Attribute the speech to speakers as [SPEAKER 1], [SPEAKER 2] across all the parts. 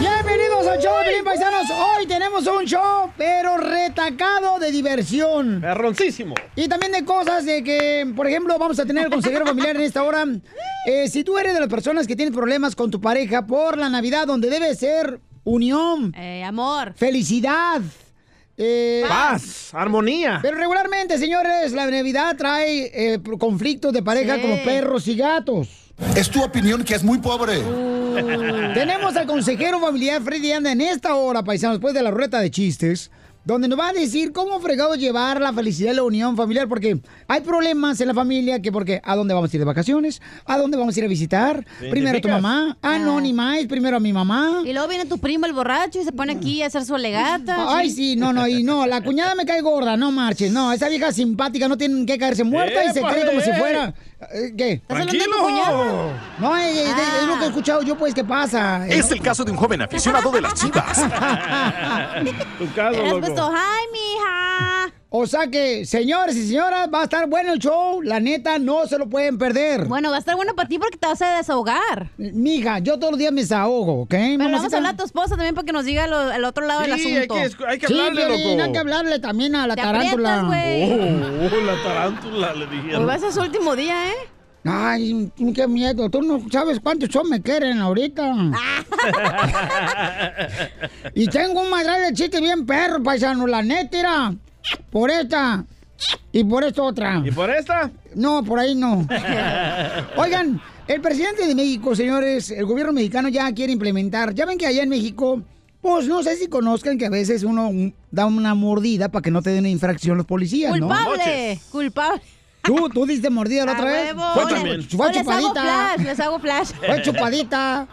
[SPEAKER 1] Bienvenidos al show de Pelín, Paisanos. Hoy tenemos un show, pero retacado de diversión.
[SPEAKER 2] Perroncísimo.
[SPEAKER 1] Y también de cosas de que, por ejemplo, vamos a tener el consejero familiar en esta hora. Eh, si tú eres de las personas que tienen problemas con tu pareja por la Navidad, donde debe ser unión, amor, felicidad. eh,
[SPEAKER 2] Paz, armonía.
[SPEAKER 1] Pero regularmente, señores, la Navidad trae eh, conflictos de pareja
[SPEAKER 2] Sí.
[SPEAKER 1] como perros y gatos.
[SPEAKER 3] Es tu opinión que es muy pobre.
[SPEAKER 1] Tenemos al consejero familiar Freddy Anda en esta hora, paisanos, después de la ruleta de chistes, donde nos va a decir cómo fregado llevar la felicidad y la unión familiar, porque hay problemas en la familia, que porque a dónde vamos a ir de vacaciones, a dónde vamos a ir a visitar,
[SPEAKER 4] ¿Te
[SPEAKER 1] primero a tu
[SPEAKER 4] identificas?
[SPEAKER 1] mamá, ah, no, ni más, primero a mi mamá.
[SPEAKER 4] Y luego viene tu primo el borracho y se pone aquí a hacer su alegata.
[SPEAKER 1] Ay, sí, no, no, y no, la cuñada me cae gorda, no marches, no, esa vieja simpática no tiene que caerse muerta y se cree
[SPEAKER 4] ¡Épale!
[SPEAKER 1] como si fuera... eh, ¿Qué?
[SPEAKER 4] ¿Estás hablando de tu Tranquilo. cuñada?
[SPEAKER 1] No, eh, eh, de- es lo que he escuchado yo, pues, ¿qué pasa?
[SPEAKER 5] Es el caso de un joven aficionado de las chivas.
[SPEAKER 2] tu caso,
[SPEAKER 1] Eras
[SPEAKER 2] loco.
[SPEAKER 1] puesto,
[SPEAKER 4] ¡Ay, mija!
[SPEAKER 1] O sea que, señores y señoras, va a estar bueno el show. La neta, no se lo pueden perder.
[SPEAKER 4] Bueno, va a estar bueno para ti porque te vas a desahogar.
[SPEAKER 1] Mija, yo todos los días me desahogo, ¿ok?
[SPEAKER 4] Pero vamos a hablar a tu esposa también para que nos diga lo- el otro lado del
[SPEAKER 1] Sí, hay
[SPEAKER 4] asunto.
[SPEAKER 1] que escu- hay que Sí, hablarle, Piolín, loco. hay que hablarle también a la
[SPEAKER 4] Te
[SPEAKER 1] tarántula.
[SPEAKER 4] aprietas, güey.
[SPEAKER 2] Oh, la tarántula, le dijeron.
[SPEAKER 4] Hoy va a ser su último día, ¿eh?
[SPEAKER 1] Ay, qué miedo. Tú no sabes cuántos shows me quieren ahorita.
[SPEAKER 4] Ah,
[SPEAKER 1] Y tengo un madral de chiste bien perro, paisano. La neta, era Por esta. Y por esta otra. ¿Y
[SPEAKER 2] por esta?
[SPEAKER 1] No, por ahí no. Oigan, el presidente de México, señores, el gobierno mexicano ya quiere implementar. Ya ven que allá en México, pues no sé si conozcan que a veces uno mm, da una mordida para que no te den una infracción los policías, ¿no?
[SPEAKER 4] ¡Culpable! ¡Culpable!
[SPEAKER 1] Tú, tú diste mordida la
[SPEAKER 4] A
[SPEAKER 1] otra vez.
[SPEAKER 4] huevo.
[SPEAKER 1] Fue
[SPEAKER 4] O
[SPEAKER 1] chup-
[SPEAKER 4] les-
[SPEAKER 1] fue
[SPEAKER 4] o les hago
[SPEAKER 1] chupadita.
[SPEAKER 4] flash, les hago flash.
[SPEAKER 1] Fue chupadita.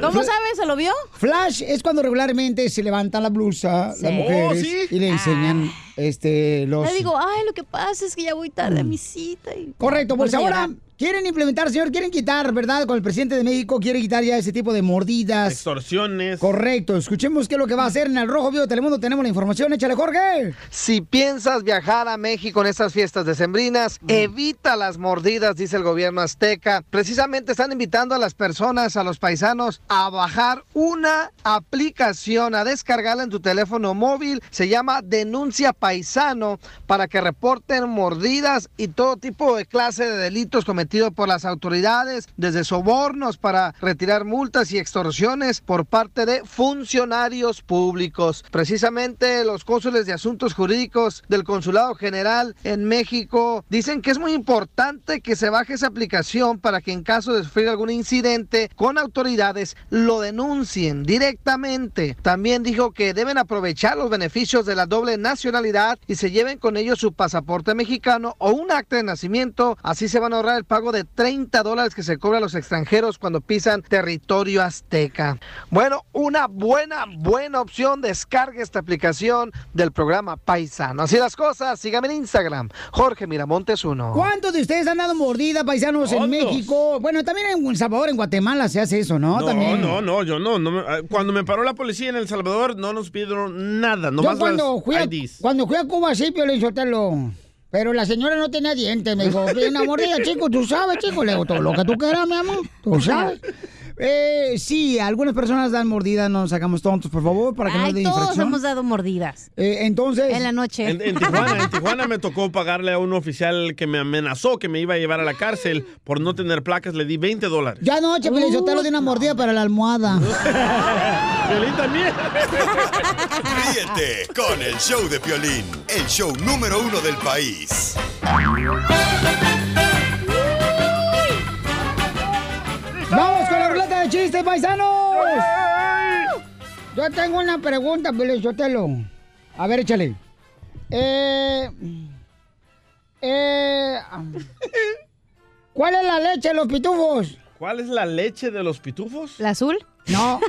[SPEAKER 4] ¿Cómo sabes? ¿Se lo vio?
[SPEAKER 1] Flash es cuando regularmente se levanta la blusa
[SPEAKER 4] Sí.
[SPEAKER 1] las mujeres
[SPEAKER 4] Oh, ¿sí? Ah.
[SPEAKER 1] y le enseñan este los Mm.
[SPEAKER 4] Le digo, ay, lo que pasa es que ya voy tarde a mi cita. Y...
[SPEAKER 1] Correcto, pues
[SPEAKER 4] Por
[SPEAKER 1] ahora
[SPEAKER 4] llorar.
[SPEAKER 1] quieren implementar, señor, quieren quitar, ¿verdad? Con el presidente de México quiere quitar ya ese tipo de mordidas.
[SPEAKER 2] Extorsiones.
[SPEAKER 1] Correcto, escuchemos qué es lo que va a hacer en el Rojo Vivo de Telemundo. Tenemos la información, échale, Jorge.
[SPEAKER 6] Si piensas viajar a México en estas fiestas
[SPEAKER 1] Mm.
[SPEAKER 6] decembrinas, evita las mordidas, dice el gobierno azteca. Precisamente están invitando a las personas, a los paisanos, a bajar una aplicación, a descargarla en tu teléfono móvil. Se llama Denuncia Paisano para que reporten mordidas y todo tipo de clase de delitos cometidos por las autoridades, desde sobornos para retirar multas y extorsiones por parte de funcionarios públicos. Precisamente los cónsules de asuntos jurídicos del Consulado General en México dicen que es muy importante que se baje esa aplicación para que en caso de sufrir algún incidente con autoridades lo denuncien directamente. También dijo que deben aprovechar los beneficios de la doble nacionalidad y se lleven con ellos su pasaporte mexicano o un acta de nacimiento. Así se van a ahorrar el pago de 30 dólares que se cobra a los extranjeros cuando pisan territorio azteca. Bueno, una buena, buena opción. Descargue esta aplicación del programa Paisano. Así las cosas. Sígame en Instagram. Jorge Miramontes 1.
[SPEAKER 1] ¿Cuántos de ustedes han dado mordida, paisanos, en México? Bueno, también en El Salvador, en Guatemala se hace eso, ¿no?
[SPEAKER 2] No,
[SPEAKER 1] también.
[SPEAKER 2] no, no, yo no. no me- ah, cuando me paró la policía en El Salvador, no nos pidieron nada.
[SPEAKER 1] Yo
[SPEAKER 2] Nomás
[SPEAKER 1] cuando
[SPEAKER 2] las
[SPEAKER 1] fui, a,
[SPEAKER 2] IDs.
[SPEAKER 1] cuando fui a Cuba, sí, Piolín Sotelo. Pero la señora no tenía dientes, me dijo, "Pide una mordida, chico, tú sabes, chico, le digo, todo lo que tú quieras, mi amor, tú sabes. Eh, sí, algunas personas dan mordidas, no nos sacamos tontos, por favor, para que no
[SPEAKER 4] Ay,
[SPEAKER 1] nos den
[SPEAKER 4] todos
[SPEAKER 1] infracción.
[SPEAKER 4] hemos dado mordidas.
[SPEAKER 1] Eh, entonces.
[SPEAKER 4] En la noche.
[SPEAKER 2] En, en Tijuana, en Tijuana me tocó pagarle a un oficial que me amenazó que me iba a llevar a la cárcel por no tener placas. Le di 20 dólares.
[SPEAKER 1] Yo anoche, Piolín Sotelo, di una
[SPEAKER 4] Uh,
[SPEAKER 1] mordida para la almohada.
[SPEAKER 2] Piolín también.
[SPEAKER 7] Ríete con el show de Piolín, el show número uno del país.
[SPEAKER 1] ¡Vamos con la ruleta de chistes, paisanos! Yo tengo una pregunta, Piolín Sotelo. A ver, échale. Eh, eh, ¿Cuál es la leche de los pitufos?
[SPEAKER 2] ¿Cuál es la leche de los pitufos?
[SPEAKER 1] ¿La azul? No.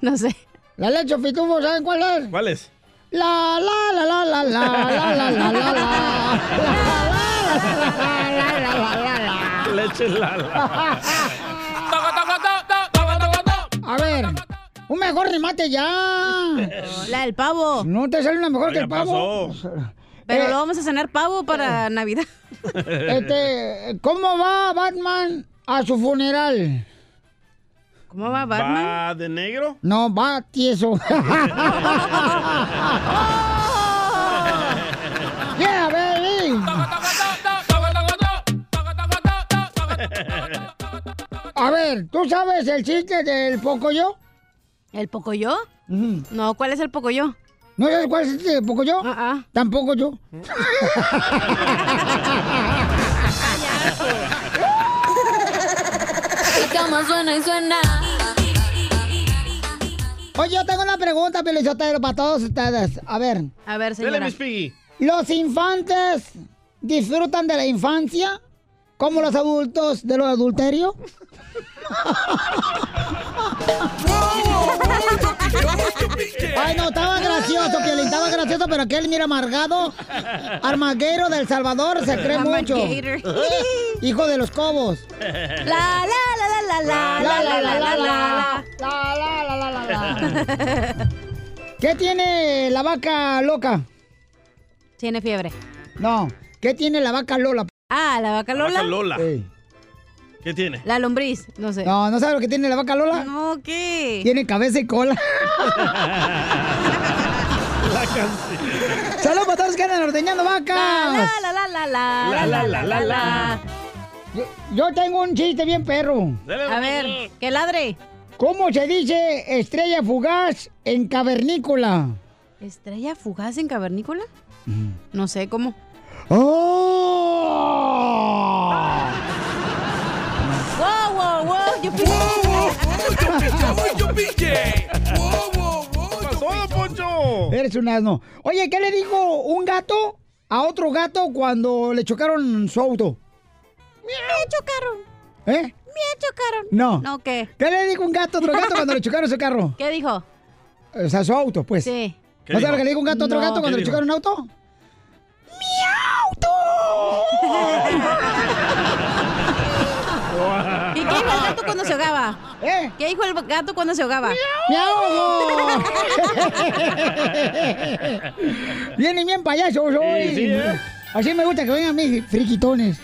[SPEAKER 4] no sé.
[SPEAKER 1] ¿La leche de los pitufos saben cuál es?
[SPEAKER 2] ¿Cuál es?
[SPEAKER 1] La, la, la, la, la, la, la, la, la, la, la.
[SPEAKER 2] Leche Lala.
[SPEAKER 1] mejor remate ya.
[SPEAKER 4] La del pavo.
[SPEAKER 1] No te sale una mejor que el pavo.
[SPEAKER 4] Pero
[SPEAKER 1] Eh.
[SPEAKER 4] luego vamos a cenar pavo para Navidad.
[SPEAKER 1] Este, ¿cómo va Batman a su funeral?
[SPEAKER 4] ¿Cómo va Batman?
[SPEAKER 2] ¿Va de negro?
[SPEAKER 1] No, va tieso. yeah, baby. A ver, ¿tú sabes el chiste del Pocoyo?
[SPEAKER 4] ¿El Pocoyo?
[SPEAKER 1] Ujú.
[SPEAKER 4] No, ¿cuál es el Pocoyo?
[SPEAKER 1] ¿No sabes cuál es el chiste del Pocoyo?
[SPEAKER 4] Ah, ah.
[SPEAKER 1] Tampoco yo.
[SPEAKER 8] La cama suena y suena.
[SPEAKER 1] Oye, Pues yo tengo una pregunta, Pelizotero, para todos ustedes. A ver,
[SPEAKER 4] A ver,
[SPEAKER 2] Dele,
[SPEAKER 4] señora.
[SPEAKER 2] Miss Piggy.
[SPEAKER 1] ¿los infantes disfrutan de la infancia como los adultos de los adulterios? Ay, no, estaba gracioso, Piolín, estaba gracioso, pero aquel, mira, amargado, armaguero del Salvador, se cree mucho.
[SPEAKER 4] Armaguero.
[SPEAKER 1] Hijo de los cobos.
[SPEAKER 4] La, la, la, la, la, la, la, la, la, la, la.
[SPEAKER 1] La, la, la, la, la, la. ¿Qué tiene la vaca loca?
[SPEAKER 4] Tiene fiebre.
[SPEAKER 1] No, ¿qué tiene la vaca Lola?
[SPEAKER 4] Ah, la vaca
[SPEAKER 2] Vaca
[SPEAKER 4] Lola.
[SPEAKER 2] Lola.
[SPEAKER 1] Ey.
[SPEAKER 2] ¿Qué tiene?
[SPEAKER 4] La lombriz, no sé.
[SPEAKER 1] No, ¿no sabes lo que tiene la vaca Lola?
[SPEAKER 4] No, ¿qué?
[SPEAKER 1] Tiene cabeza y cola. Saludos para todos los que andan ordeñando
[SPEAKER 4] La,
[SPEAKER 1] vacas.
[SPEAKER 4] la, la, la, la, la, la, la, la, la.
[SPEAKER 1] Yo, yo tengo un chiste bien perro.
[SPEAKER 2] Dele,
[SPEAKER 4] A ver, que ladre.
[SPEAKER 1] ¿Cómo se dice estrella fugaz en cavernícola?
[SPEAKER 4] ¿Estrella fugaz en cavernícola? No sé cómo.
[SPEAKER 1] ¡Oh!
[SPEAKER 4] ¡Wow, wow, wow! Yo pensé-
[SPEAKER 2] ¿Qué pasó, Poncho?
[SPEAKER 1] Eres un asno. Oye, ¿qué le dijo un gato a otro gato cuando le chocaron su auto?
[SPEAKER 4] Me chocaron,
[SPEAKER 1] ¿Eh?
[SPEAKER 4] me chocaron.
[SPEAKER 1] No.
[SPEAKER 4] No, ¿qué?
[SPEAKER 1] ¿Qué le dijo un gato a otro gato cuando le chocaron su carro?
[SPEAKER 4] ¿Qué dijo?
[SPEAKER 1] O sea, su auto, pues.
[SPEAKER 4] Sí.
[SPEAKER 2] ¿Qué
[SPEAKER 1] ¿No sabes
[SPEAKER 2] dijo?
[SPEAKER 1] lo que le dijo un gato a otro
[SPEAKER 4] No.
[SPEAKER 1] gato cuando
[SPEAKER 2] ¿Qué
[SPEAKER 1] le
[SPEAKER 2] dijo?
[SPEAKER 1] chocaron un auto?
[SPEAKER 4] ¿Y qué dijo el gato cuando se ahogaba?
[SPEAKER 1] ¿Eh?
[SPEAKER 4] ¿Qué dijo el gato cuando se ahogaba?
[SPEAKER 1] ¡Me ahogo! Vienen bien payasos hoy.
[SPEAKER 2] Sí, sí, ¿eh?
[SPEAKER 1] Así me gusta que vengan mis friquitones.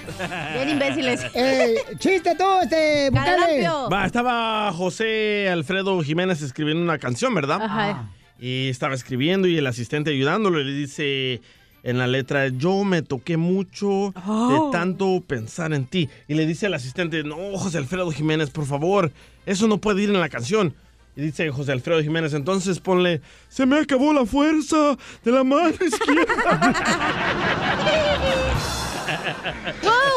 [SPEAKER 4] Bien imbéciles.
[SPEAKER 1] Eh, chiste todo este, Bukele.
[SPEAKER 4] Calampio.
[SPEAKER 2] Va, estaba José Alfredo Jiménez escribiendo una canción, ¿verdad? Ah.
[SPEAKER 4] Ajá.
[SPEAKER 2] Y estaba escribiendo y el asistente ayudándolo le dice en la letra, yo me toqué mucho
[SPEAKER 4] Oh.
[SPEAKER 2] de tanto pensar en ti. Y le dice el asistente, no, José Alfredo Jiménez, por favor, eso no puede ir en la canción. Y dice José Alfredo Jiménez, entonces ponle, se me acabó la fuerza de la mano izquierda.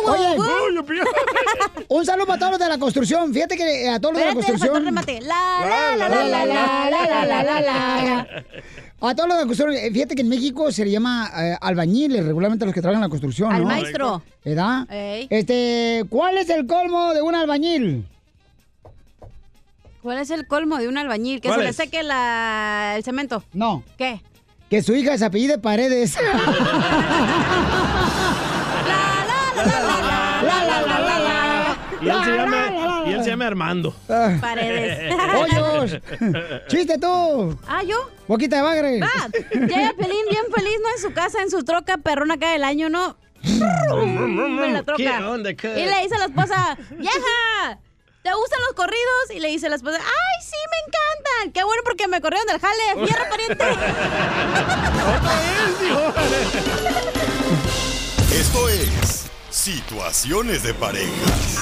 [SPEAKER 1] Oye,
[SPEAKER 2] No, yo pienso-
[SPEAKER 1] un saludo para todos los de la construcción. Fíjate que eh, a todos los de la
[SPEAKER 4] Espérate, le faltó el
[SPEAKER 1] construcción.
[SPEAKER 4] remate. La, la, la, la, la, la, la, la, la, la.
[SPEAKER 1] A todos los de la construcción. eh, Fíjate que en México se le llama eh, albañiles, regularmente los que trabajan en la construcción,
[SPEAKER 4] Al
[SPEAKER 1] ¿no?
[SPEAKER 4] maestro.
[SPEAKER 1] ¿Verdad?
[SPEAKER 4] Ey.
[SPEAKER 1] Este, ¿cuál es el colmo de un albañil?
[SPEAKER 4] ¿Cuál es el colmo de un albañil? Que
[SPEAKER 2] ¿Cuál
[SPEAKER 4] se le
[SPEAKER 2] es?
[SPEAKER 4] seque la, el cemento.
[SPEAKER 1] No,
[SPEAKER 4] ¿Qué?
[SPEAKER 1] que su hija se apellide Paredes.
[SPEAKER 4] La, la, la, la, la, la, la, la, la, la.
[SPEAKER 2] y, él se llama, y él se llama Armando.
[SPEAKER 1] Ah,
[SPEAKER 4] Paredes.
[SPEAKER 1] ¡Hoyos! ¡Chiste tú!
[SPEAKER 4] Ah, yo.
[SPEAKER 1] ¡Boquita de bagre!
[SPEAKER 4] Ah, llega Pelín bien feliz, ¿no? En su casa, en su troca perrona acá del año, ¿no? en la troca.
[SPEAKER 2] ¿Qué onda, qué?
[SPEAKER 4] Y le dice a la esposa, vieja, ¿te gustan los corridos? Y le dice a la esposa, ay, sí, me encantan. Qué bueno porque me corrieron del jale. Fierro, pariente.
[SPEAKER 7] Esto es Situaciones de Parejas.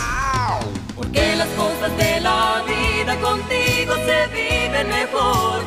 [SPEAKER 8] Porque las cosas de la vida contigo se viven mejor.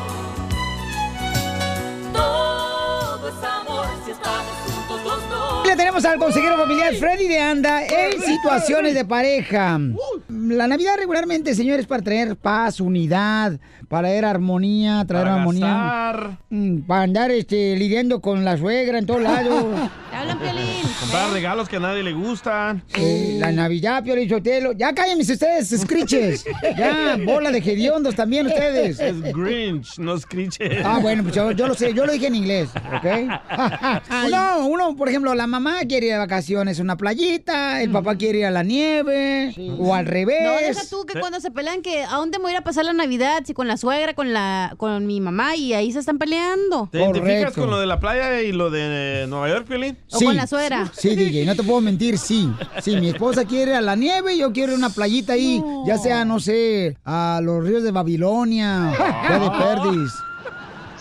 [SPEAKER 8] Todo es amor si estamos juntos los dos.
[SPEAKER 1] Le tenemos al consejero familiar Freddy de Anda en situaciones de pareja.
[SPEAKER 2] Uh.
[SPEAKER 1] La Navidad regularmente, señores, para traer paz, unidad, para traer armonía, traer
[SPEAKER 2] Para
[SPEAKER 1] armonía.
[SPEAKER 2] gastar.
[SPEAKER 1] Mm, Para andar este, lidiando con la suegra en todos lados.
[SPEAKER 4] Te hablan, Pelín.
[SPEAKER 2] Comprar regalos que a nadie le gustan.
[SPEAKER 1] Sí, La Navidad, Pio Lichotelo. Ya cállense ustedes, escriches. Ya, bola de hediondos también ustedes.
[SPEAKER 2] Es Grinch, no escriche.
[SPEAKER 1] Ah, bueno, pues yo, yo lo sé, yo lo dije en inglés, ¿ok? No, uno, por ejemplo, la mamá quiere ir de vacaciones a una playita, el papá quiere ir a la nieve, o al revés.
[SPEAKER 4] Mm. No, deja tú que cuando se pelean, que ¿a dónde me voy a ir a pasar la Navidad? Si con la suegra, con la con mi mamá, y ahí se están peleando.
[SPEAKER 2] ¿Te identificas con lo de la playa y lo de eh, Nueva York, Piolín?
[SPEAKER 4] O con la suegra.
[SPEAKER 1] Sí, DJ, no te puedo mentir, sí. Sí, mi esposa quiere a la nieve, yo quiero una playita ahí, ya sea, no sé, a los ríos de Babilonia, ya de Perdis.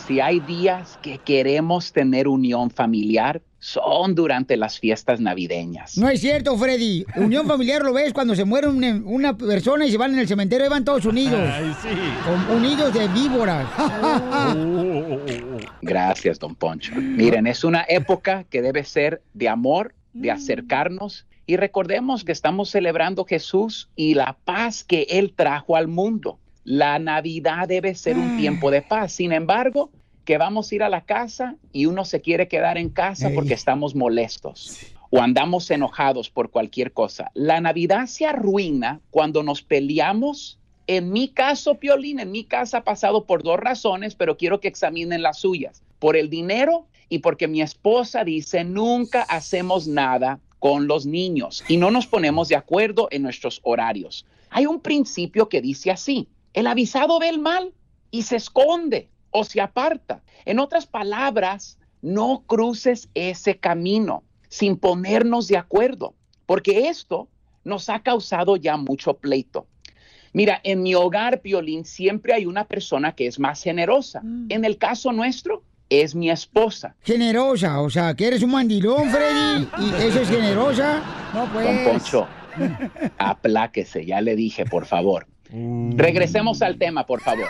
[SPEAKER 9] Si hay días que queremos tener unión familiar, son durante las fiestas navideñas.
[SPEAKER 1] No es cierto, Freddy. Unión familiar lo ves cuando se muere una, una persona y se van en el cementerio y van todos unidos.
[SPEAKER 9] Ay, sí.
[SPEAKER 1] Con- unidos de víboras.
[SPEAKER 9] Gracias, don Poncho. Miren, es una época que debe ser de amor, de acercarnos y recordemos que estamos celebrando Jesús y la paz que Él trajo al mundo. La Navidad debe ser un tiempo de paz. Sin embargo, que vamos a ir a la casa y uno se quiere quedar en casa porque estamos molestos o andamos enojados por cualquier cosa. La Navidad se arruina cuando nos peleamos. En mi caso, Piolín, en mi casa ha pasado por dos razones, pero quiero que examinen las suyas. Por el dinero y porque mi esposa dice, nunca hacemos nada con los niños y no nos ponemos de acuerdo en nuestros horarios. Hay un principio que dice así, el avisado ve el mal y se esconde o se aparta. En otras palabras, no cruces ese camino sin ponernos de acuerdo, porque esto nos ha causado ya mucho pleito. Mira, en mi hogar, Piolín, siempre hay una persona que es más generosa.
[SPEAKER 1] Mm.
[SPEAKER 9] En el caso nuestro, es mi esposa.
[SPEAKER 1] Generosa, o sea, que eres un mandilón, Freddy, y eso es generosa. No,
[SPEAKER 9] Don
[SPEAKER 1] pues.
[SPEAKER 9] Poncho, apláquese, ya le dije, por favor.
[SPEAKER 1] Mm.
[SPEAKER 9] Regresemos al tema, por favor.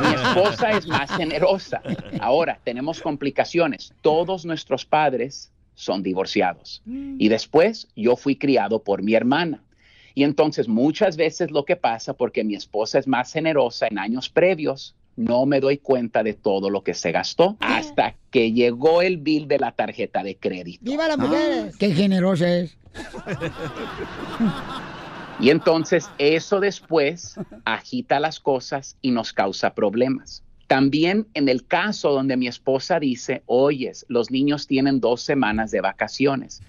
[SPEAKER 9] Mi esposa es más generosa. Ahora, tenemos complicaciones. Todos nuestros padres son divorciados. Y después yo fui criado por mi hermana. Y entonces muchas veces lo que pasa, porque mi esposa es más generosa en años previos, no me doy cuenta de todo lo que se gastó hasta que llegó el bill de la tarjeta de crédito.
[SPEAKER 1] ¡Viva las mujeres! Ah, ¡Qué generosa es!
[SPEAKER 9] Y entonces eso después agita las cosas y nos causa problemas. También en el caso donde mi esposa dice, oyes, los niños tienen dos semanas de vacaciones.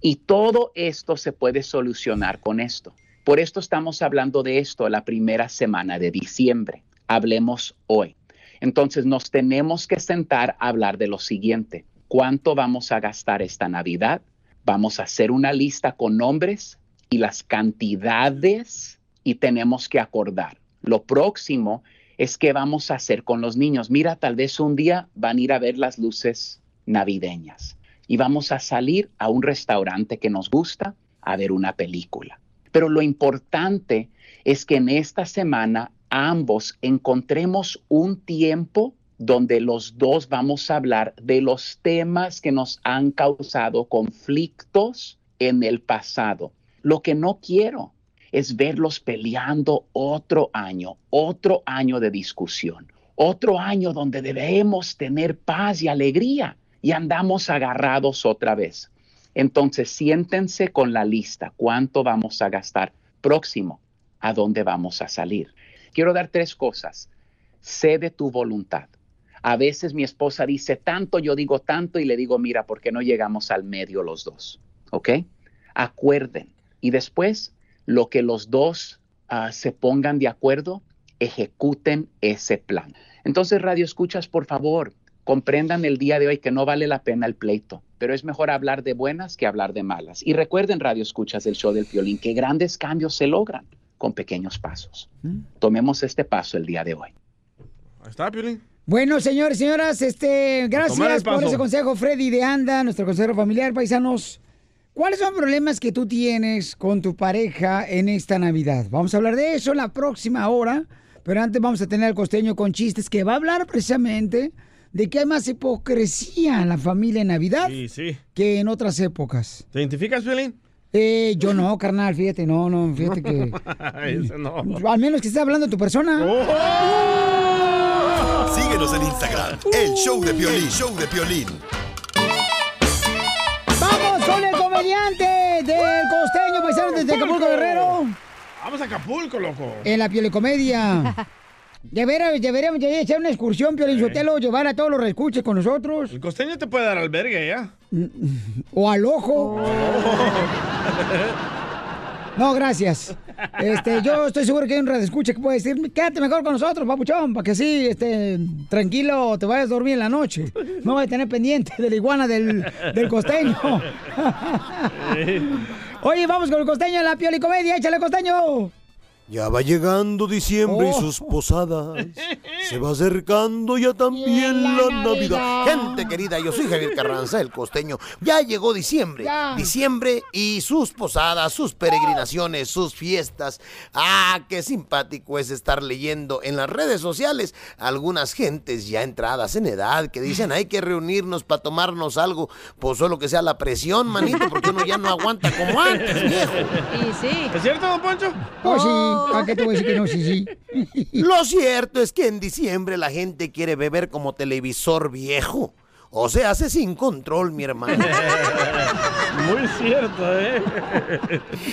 [SPEAKER 9] Y todo esto se puede solucionar con esto. Por esto estamos hablando de esto la primera semana de diciembre. Hablemos hoy. Entonces nos tenemos que sentar a hablar de lo siguiente. ¿Cuánto vamos a gastar esta Navidad? Vamos a hacer una lista con nombres y las cantidades y tenemos que acordar. Lo próximo es qué vamos a hacer con los niños. Mira, tal vez un día van a ir a ver las luces navideñas y vamos a salir a un restaurante que nos gusta a ver una película. Pero lo importante es que en esta semana ambos encontremos un tiempo donde los dos vamos a hablar de los temas que nos han causado conflictos en el pasado. Lo que no quiero es verlos peleando otro año, otro año de discusión, otro año donde debemos tener paz y alegría y andamos agarrados otra vez. Entonces, siéntense con la lista, cuánto vamos a gastar próximo, a dónde vamos a salir. Quiero dar tres cosas. Sé de tu voluntad. A veces mi esposa dice tanto, yo digo tanto y le digo, mira, ¿por qué no llegamos al medio los dos? ¿Ok? Acuerden. Y después, lo que los dos ah, se pongan de acuerdo, ejecuten ese plan. Entonces, radio escuchas, por favor, comprendan el día de hoy que no vale la pena el pleito, pero es mejor hablar de buenas que hablar de malas. Y recuerden, radio escuchas del show del violín, que grandes cambios se logran con pequeños pasos. Tomemos este paso el día de hoy.
[SPEAKER 2] Ahí está, Piolín.
[SPEAKER 1] Bueno, señores, señoras, este,
[SPEAKER 2] tomar el
[SPEAKER 1] gracias por
[SPEAKER 2] paso.
[SPEAKER 1] ese consejo, Freddy de Anda, nuestro consejero familiar, paisanos. ¿Cuáles son problemas que tú tienes con tu pareja en esta Navidad? Vamos a hablar de eso la próxima hora, pero antes vamos a tener al costeño con chistes que va a hablar precisamente de que hay más hipocresía en la familia en Navidad
[SPEAKER 2] Sí, sí.
[SPEAKER 1] que en otras épocas.
[SPEAKER 2] ¿Te identificas, Piolín?
[SPEAKER 1] Eh, yo no, carnal, fíjate, no, no, fíjate que...
[SPEAKER 2] Ese no.
[SPEAKER 1] Al menos que estés hablando de tu persona.
[SPEAKER 7] ¡Oh! Síguenos en Instagram, el show de Piolín, show de Piolín.
[SPEAKER 1] ¡Vamos con el comediante! comediante del costeño paisano desde Acapulco Guerrero. Eh.
[SPEAKER 2] Vamos a Acapulco, loco.
[SPEAKER 1] En la piolicomedia. Deberíamos, deberíamos de echar una excursión, Piolín Sotelo, llevar a todos los reescuches con nosotros.
[SPEAKER 2] El costeño te puede dar albergue ya.
[SPEAKER 1] O al ojo. No, gracias. Este, yo estoy seguro que hay un redescuche que puede decir, quédate mejor con nosotros, papuchón, para que sí, este, tranquilo, te vayas a dormir en la noche. No vas a tener pendiente de la iguana del, del costeño. Oye, vamos con el costeño en la piolicomedia, échale costeño.
[SPEAKER 10] Ya va llegando diciembre y sus posadas. Se va acercando ya también la, Navidad. Gente querida, yo soy Javier Carranza, el costeño. Ya llegó diciembre.
[SPEAKER 11] Ya.
[SPEAKER 10] Diciembre y sus posadas, sus peregrinaciones, sus fiestas. Ah, qué simpático es estar leyendo en las redes sociales algunas gentes ya entradas en edad que dicen hay que reunirnos para tomarnos algo. Pues solo que sea la presión, manito, porque uno ya no aguanta como antes, viejo.
[SPEAKER 4] Y sí.
[SPEAKER 2] ¿Es cierto, don Poncho?
[SPEAKER 1] Pues sí, ¿para qué te voy a decir que no? Sí, sí.
[SPEAKER 10] Lo cierto es que en diciembre la gente quiere beber como televisor viejo. O sea, hace sin control, mi hermano.
[SPEAKER 2] Muy cierto, ¿eh?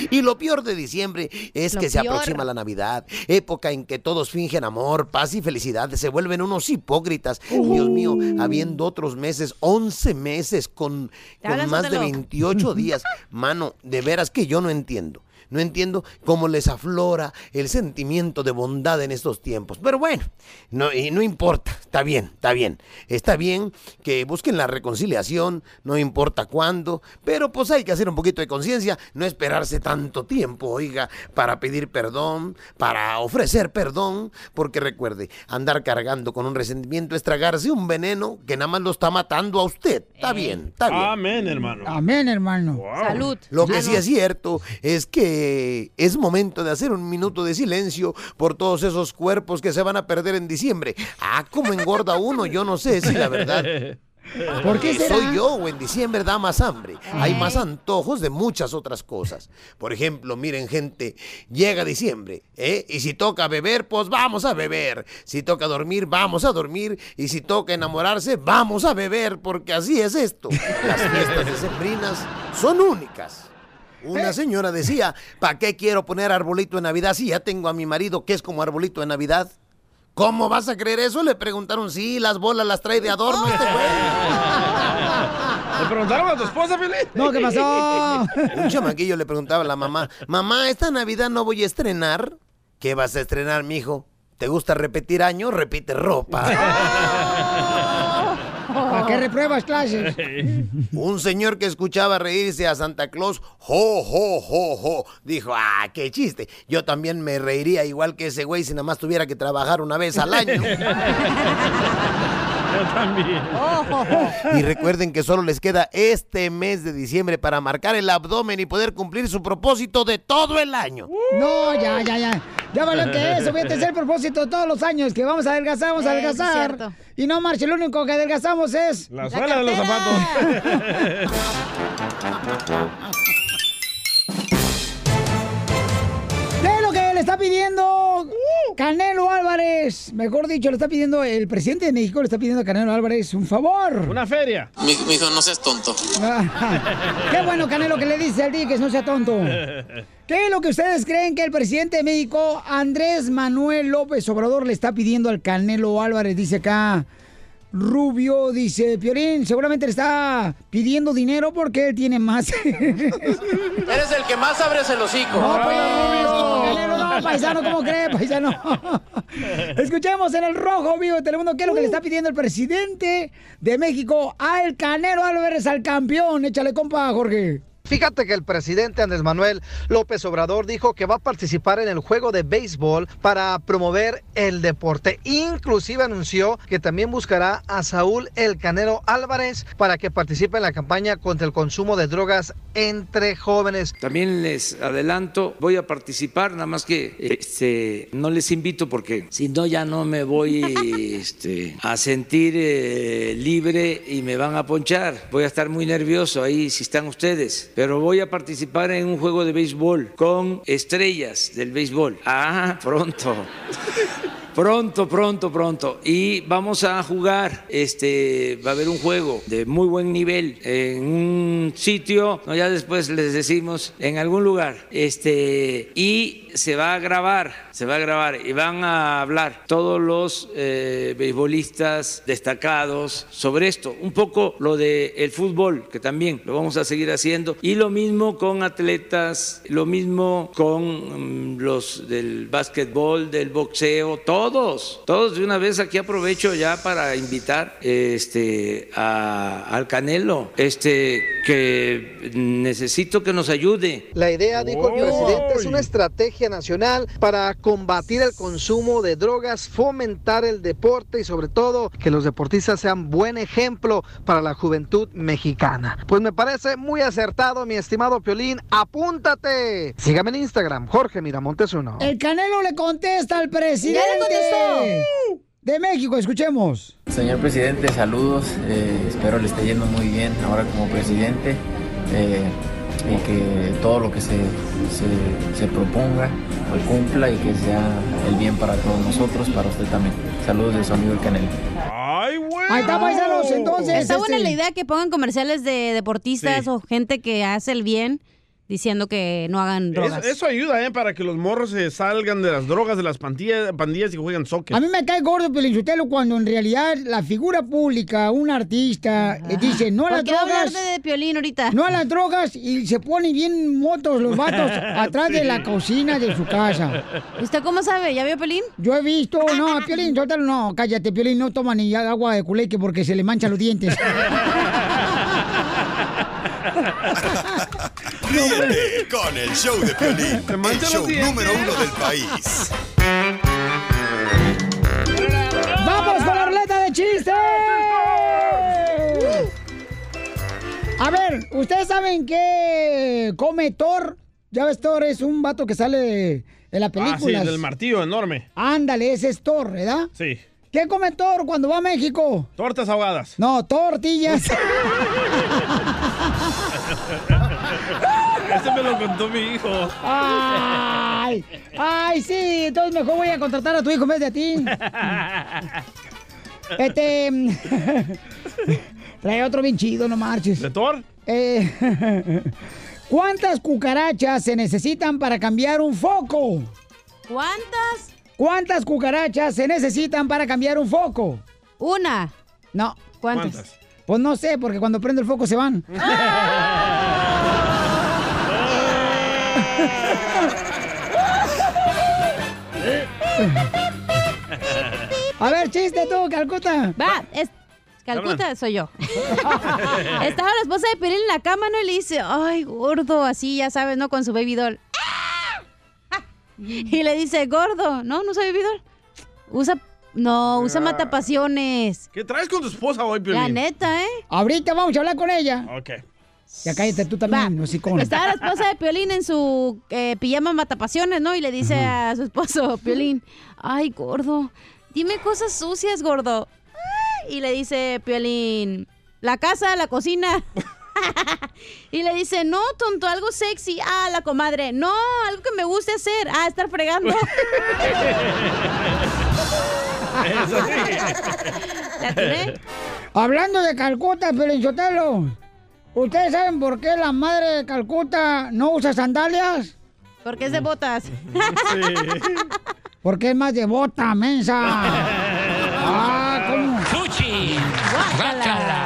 [SPEAKER 10] Y lo peor de diciembre es
[SPEAKER 2] Lo
[SPEAKER 10] que se
[SPEAKER 2] peor.
[SPEAKER 10] aproxima la Navidad, época en que todos fingen amor, paz y felicidad, se vuelven unos hipócritas. Dios mío, habiendo otros meses, 11 meses con,
[SPEAKER 12] Te
[SPEAKER 10] con
[SPEAKER 12] hagas,
[SPEAKER 10] más de
[SPEAKER 12] Otelo.
[SPEAKER 10] 28 días. Mano, de veras que yo no entiendo. No entiendo cómo les aflora el sentimiento de bondad en estos tiempos. Pero bueno, no, y no importa, está bien, está bien. Está bien que busquen la reconciliación, no importa cuándo, pero pues hay que hacer un poquito de conciencia, no esperarse tanto tiempo, oiga, para pedir perdón, para ofrecer perdón, porque recuerde, andar cargando con un resentimiento es tragarse un veneno que nada más lo está matando a usted. Está bien, está bien.
[SPEAKER 2] Eh. Amén, hermano.
[SPEAKER 1] Amén, hermano.
[SPEAKER 4] Salud.
[SPEAKER 10] Lo que
[SPEAKER 1] Ah,
[SPEAKER 10] sí
[SPEAKER 1] no.
[SPEAKER 10] es cierto es que es momento de hacer un minuto de silencio por todos esos cuerpos que se van a perder en diciembre. Ah, cómo engorda uno, yo no sé si la verdad.
[SPEAKER 1] ¿Por qué
[SPEAKER 10] Eh,
[SPEAKER 1] será? Ah.
[SPEAKER 10] Soy yo o en diciembre da más hambre. Hay más antojos de muchas otras cosas. Por ejemplo, miren gente, llega diciembre, ¿eh? Y si toca beber, pues vamos a beber. Si toca dormir, vamos a dormir. Y si toca enamorarse, vamos a beber, porque así es esto. Las fiestas decembrinas son únicas.
[SPEAKER 1] Eh.
[SPEAKER 10] Una señora decía, ¿para qué quiero poner arbolito de Navidad si ya tengo a mi marido que es como arbolito de Navidad? ¿Cómo vas a creer eso? Le preguntaron, sí, las bolas las trae de adorno este güey.
[SPEAKER 2] ¿Le preguntaron a tu esposa, Felipe?
[SPEAKER 10] No, ¿qué pasó? Un chamaquillo le preguntaba a la mamá, mamá, esta Navidad no voy a estrenar. ¿Qué vas a estrenar, mijo? ¿Te gusta repetir año? Repite ropa.
[SPEAKER 1] ¿Para qué repruebas clases?
[SPEAKER 10] Un señor que escuchaba reírse a Santa Claus, jo, jo, jo, jo, dijo, ah, qué chiste. Yo también me reiría igual que ese güey si nada más tuviera que trabajar una vez al año.
[SPEAKER 2] Yo también.
[SPEAKER 10] Y recuerden que solo les queda este mes de diciembre para marcar el abdomen y poder cumplir su propósito de todo el año.
[SPEAKER 1] No, ya, ya, ya. Ya valió que eso, fíjate, es el propósito de todos los años, que vamos a adelgazar, vamos a
[SPEAKER 2] Eh, sí,
[SPEAKER 1] adelgazar.
[SPEAKER 2] cierto.
[SPEAKER 1] y no, Marche, lo único que adelgazamos es...
[SPEAKER 2] La suela de los zapatos.
[SPEAKER 1] ¿Qué es lo que le está pidiendo Canelo Álvarez? Mejor dicho, le está pidiendo, el presidente de México le está pidiendo a Canelo Álvarez un favor. Ah,
[SPEAKER 2] Una feria.
[SPEAKER 13] Mi, mijo, no seas tonto.
[SPEAKER 1] Qué bueno, Canelo, que le dice al día que no sea tonto. ¿Qué es lo que ustedes creen que el presidente de México, Andrés Manuel López Obrador, le está pidiendo al Canelo Álvarez? Dice acá. Rubio dice, Piorín, seguramente le está pidiendo dinero porque él tiene más. pues,
[SPEAKER 14] Eres el que más abres el hocico.
[SPEAKER 11] Ah.
[SPEAKER 1] Canelo, no, paisano, ¿cómo cree, paisano? Escuchemos en el rojo vivo de Telemundo qué es lo que le está pidiendo el presidente de México al Canelo Álvarez, al campeón. Échale compa, Jorge.
[SPEAKER 6] Fíjate que el presidente Andrés Manuel López Obrador dijo que va a participar en el juego de béisbol para promover el deporte. Inclusive anunció que también buscará a Saúl El Canero Álvarez para que participe en la campaña contra el consumo de drogas entre jóvenes.
[SPEAKER 14] También les adelanto, voy a participar, nada más que este, no les invito porque si no ya no me voy este, a sentir eh, libre y me van a ponchar. Voy a estar muy nervioso ahí si están ustedes, pero voy a participar en un juego de béisbol con estrellas del béisbol. Ah, pronto. Pronto, pronto, pronto. Y vamos a jugar. Este va a haber un juego de muy buen nivel en un sitio. No, ya después les decimos en algún lugar. Este y se va a grabar, se va a grabar y van a hablar todos los eh, beisbolistas destacados sobre esto. Un poco lo del el fútbol que también lo vamos a seguir haciendo y lo mismo con atletas, lo mismo con mm, los del básquetbol, del boxeo, todos, todos de una vez aquí aprovecho ya para invitar este a, al Canelo, este que necesito que nos ayude.
[SPEAKER 6] La idea, dijo el presidente, es una estrategia nacional para combatir el consumo de drogas, fomentar el deporte y sobre todo que los deportistas sean buen ejemplo para la juventud mexicana. Pues me parece muy acertado, mi estimado Piolín. Apúntate. Sígame en Instagram, Jorge Miramontes uno.
[SPEAKER 1] El Canelo le contesta al presidente.
[SPEAKER 11] contestó.
[SPEAKER 1] De México, escuchemos.
[SPEAKER 11] Señor presidente, saludos. eh, espero le esté yendo muy bien ahora como presidente eh, y que todo lo que se, se- se proponga lo cumpla y que sea el bien para todos nosotros, para usted también. Saludos de su amigo el Canelo.
[SPEAKER 1] Ahí está, paisanos, entonces.
[SPEAKER 4] Está buena
[SPEAKER 1] este,
[SPEAKER 4] la idea que pongan comerciales de deportistas
[SPEAKER 2] Sí.
[SPEAKER 4] o gente que hace el bien diciendo que no hagan
[SPEAKER 2] Eso,
[SPEAKER 4] drogas.
[SPEAKER 2] eso ayuda, ¿eh? Para que los morros se salgan de las drogas, de las pandillas, pandillas y jueguen soccer.
[SPEAKER 1] A mí me cae gordo Pelichotelo cuando en realidad la figura pública, un artista, eh, dice no a
[SPEAKER 4] Ah. ¿Por
[SPEAKER 1] las
[SPEAKER 4] qué va a hablar
[SPEAKER 1] drogas,
[SPEAKER 4] de, de piolín ahorita?
[SPEAKER 1] no a las drogas y se ponen bien motos los vatos atrás de la cocina de su casa.
[SPEAKER 4] ¿Usted cómo sabe? ¿Ya vio Pelín?
[SPEAKER 1] Yo he visto, no, a Piolín, Sotelo, no, cállate, Piolín, no toma ni agua de culeque porque se le mancha los dientes.
[SPEAKER 7] Ríete con el show de Piolín, el show número uno del país.
[SPEAKER 1] ¡Vamos con la ruleta de chistes! A ver, ¿ustedes saben qué come Thor? Ya ves, Thor es un vato que sale en la
[SPEAKER 2] Ah, sí,
[SPEAKER 1] película.
[SPEAKER 2] del martillo enorme.
[SPEAKER 1] Ándale, ese es Thor, ¿verdad?
[SPEAKER 2] Sí.
[SPEAKER 1] ¿Qué come Thor cuando va a México?
[SPEAKER 2] Tortas ahogadas.
[SPEAKER 1] No, tortillas.
[SPEAKER 2] Este me lo contó mi hijo.
[SPEAKER 1] ¡Ay! ¡Ay, sí! Entonces mejor voy a contratar a tu hijo en vez de a ti. Este. Trae otro bien chido, no marches. ¿De
[SPEAKER 2] Thor?
[SPEAKER 1] ¿Cuántas cucarachas se necesitan para cambiar un foco?
[SPEAKER 4] ¿Cuántas?
[SPEAKER 1] ¿Cuántas cucarachas se necesitan para cambiar un foco?
[SPEAKER 4] Una.
[SPEAKER 1] No.
[SPEAKER 4] ¿Cuántas? ¿Cuántas?
[SPEAKER 1] Pues no sé, porque cuando prendo el foco se van.
[SPEAKER 8] Mm.
[SPEAKER 1] A ver, chiste tú, Calcuta.
[SPEAKER 4] Va, es... Calcuta soy yo. Estaba la esposa de Pelín en la cama, ¿no? Y le dice, ay, gordo, así, ya sabes, ¿no? Con su baby doll. ¡Ah! Y le dice, gordo, no, no soy baby doll. Usa, no, usa
[SPEAKER 2] Ah.
[SPEAKER 4] matapasiones.
[SPEAKER 2] ¿Qué traes con tu esposa hoy, Piolín?
[SPEAKER 4] La neta, ¿eh?
[SPEAKER 1] Ahorita vamos a hablar con ella.
[SPEAKER 2] Ok.
[SPEAKER 1] Ya cállate tú también, hocicón.
[SPEAKER 4] Estaba la esposa de Piolín en su eh, pijama matapasiones, ¿no? Y le dice a su esposo, Piolín, ay, gordo, dime cosas sucias, gordo. Ah, Y le dice Piolín, la casa, la cocina. y le dice, no, tonto, algo sexy. Ah, la comadre, no, algo que me guste hacer. Ah, estar fregando.
[SPEAKER 8] Eso
[SPEAKER 1] Hablando de Calcuta, Pelinchotelo, ¿ustedes saben por qué la madre de Calcuta no usa sandalias?
[SPEAKER 4] Porque es de botas.
[SPEAKER 1] Porque es más devota, mensa. ah, ¿cómo?
[SPEAKER 8] ¡Sushi!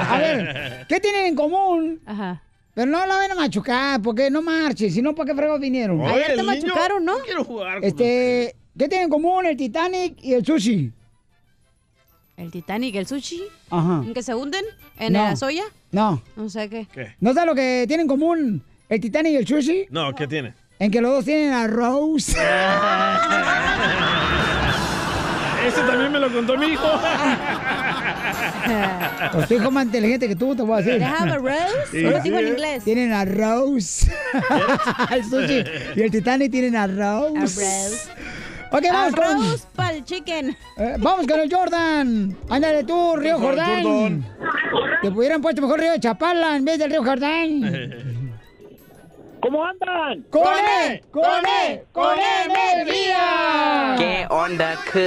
[SPEAKER 1] A ver, ¿qué tienen en común?
[SPEAKER 4] Ajá.
[SPEAKER 1] Pero no la ven a machucar, porque no marchen, sino para qué fregos vinieron.
[SPEAKER 8] Oye, Ayer te el niño, machucaron,
[SPEAKER 4] ¿no?
[SPEAKER 2] quiero jugar
[SPEAKER 8] con
[SPEAKER 1] Este, ¿qué tienen en común el Titanic y el sushi?
[SPEAKER 4] El Titanic, el sushi,
[SPEAKER 1] Ajá.
[SPEAKER 4] ¿en que se hunden en
[SPEAKER 1] Ah. No.
[SPEAKER 4] la soya.
[SPEAKER 1] No.
[SPEAKER 4] No sé qué.
[SPEAKER 2] ¿Qué?
[SPEAKER 1] ¿No sabes lo que tienen en común el Titanic y el sushi?
[SPEAKER 2] No, ¿qué tiene?
[SPEAKER 1] En que los dos tienen a Rose.
[SPEAKER 2] Este también me lo contó mi hijo.
[SPEAKER 1] Pues tu hijo más inteligente que tú, te voy a decir.
[SPEAKER 8] They have a rose. Sí, Lo dijo en sí. inglés.
[SPEAKER 1] Tienen a Rose. el sushi y el Titanic tienen a Rose.
[SPEAKER 4] A Rose.
[SPEAKER 1] Ok, vamos con...
[SPEAKER 4] Arroz pa'l chicken.
[SPEAKER 1] eh, vamos con el Jordan. Ándale tú, Río
[SPEAKER 4] Con el
[SPEAKER 1] Jordán. Te hubieran puesto mejor Río de Chapala en vez del Río Jordán. E,
[SPEAKER 8] E,
[SPEAKER 1] ¿Cómo andan? ¡Con él! ¡Con él! ¡Con él, energía!
[SPEAKER 12] ¿Qué onda, cu?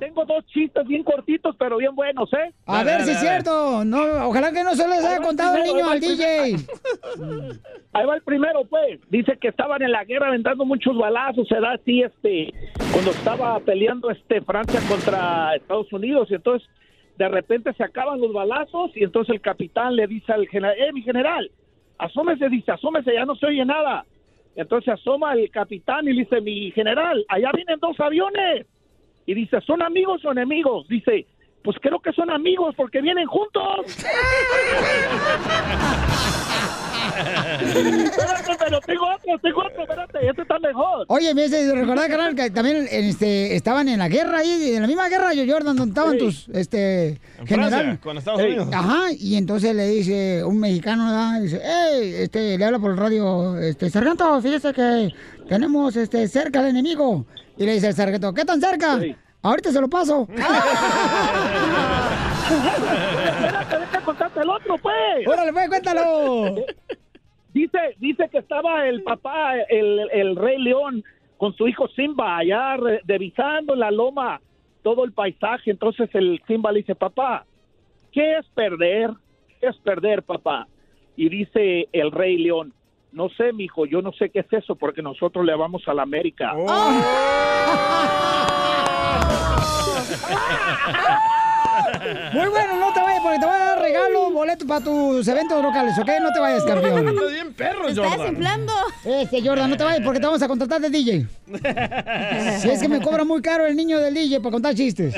[SPEAKER 12] tengo dos chistes bien cortitos, pero bien buenos, ¿eh?
[SPEAKER 1] A ver si es cierto. No, ojalá que no se les haya contado el niño al
[SPEAKER 12] pues,
[SPEAKER 1] DJ.
[SPEAKER 12] Ahí va el primero, pues. Dice que estaban en la guerra aventando muchos balazos. Se da así, este, cuando estaba peleando este Francia contra Estados Unidos. Y entonces, de repente se acaban los balazos. Y entonces el capitán le dice al general, eh, mi general, asómese, dice, asómese, ya no se oye nada. Entonces asoma el capitán y le dice, mi general, allá vienen dos aviones. Y dice, ¿son amigos o enemigos? Dice, pues creo que son amigos porque vienen juntos. espérate, pero tengo otro, tengo otro, espérate, este está mejor.
[SPEAKER 1] Oye, me hace recordar, carnal, que también este, estaban en la guerra ahí, en la misma guerra, yo, Jordan, donde estaban tus, este,
[SPEAKER 2] En
[SPEAKER 1] general.
[SPEAKER 2] Francia, con Estados
[SPEAKER 1] Ey.
[SPEAKER 2] Unidos.
[SPEAKER 1] Ajá, y entonces le dice un mexicano, ¿verdad? dice, hey, este, le habla por el radio, este, sargento, fíjese que tenemos, este, cerca al enemigo. Y le dice el sargento, ¿qué tan cerca? Ahorita se lo paso.
[SPEAKER 12] Espérate, deja contarte el otro, pues.
[SPEAKER 1] Órale, pues, cuéntalo.
[SPEAKER 12] Dice, dice que estaba el papá, el, el rey león, con su hijo Simba allá re- revisando en la loma todo el paisaje. Entonces el Simba le dice, papá, ¿qué es perder? ¿Qué es perder, papá? Y dice el rey león, no sé, mijo, yo no sé qué es eso porque nosotros le vamos a la América.
[SPEAKER 1] Muy bueno, no te vayas porque te voy a dar regalo, boleto para tus eventos locales, ¿ok? No te vayas, campeón.
[SPEAKER 2] Estás bien perro,
[SPEAKER 1] Te
[SPEAKER 2] Jordan.
[SPEAKER 1] Este, Jordan, no te vayas porque te vamos a contratar de DJ. Si es que me cobra muy caro el niño del DJ para contar chistes.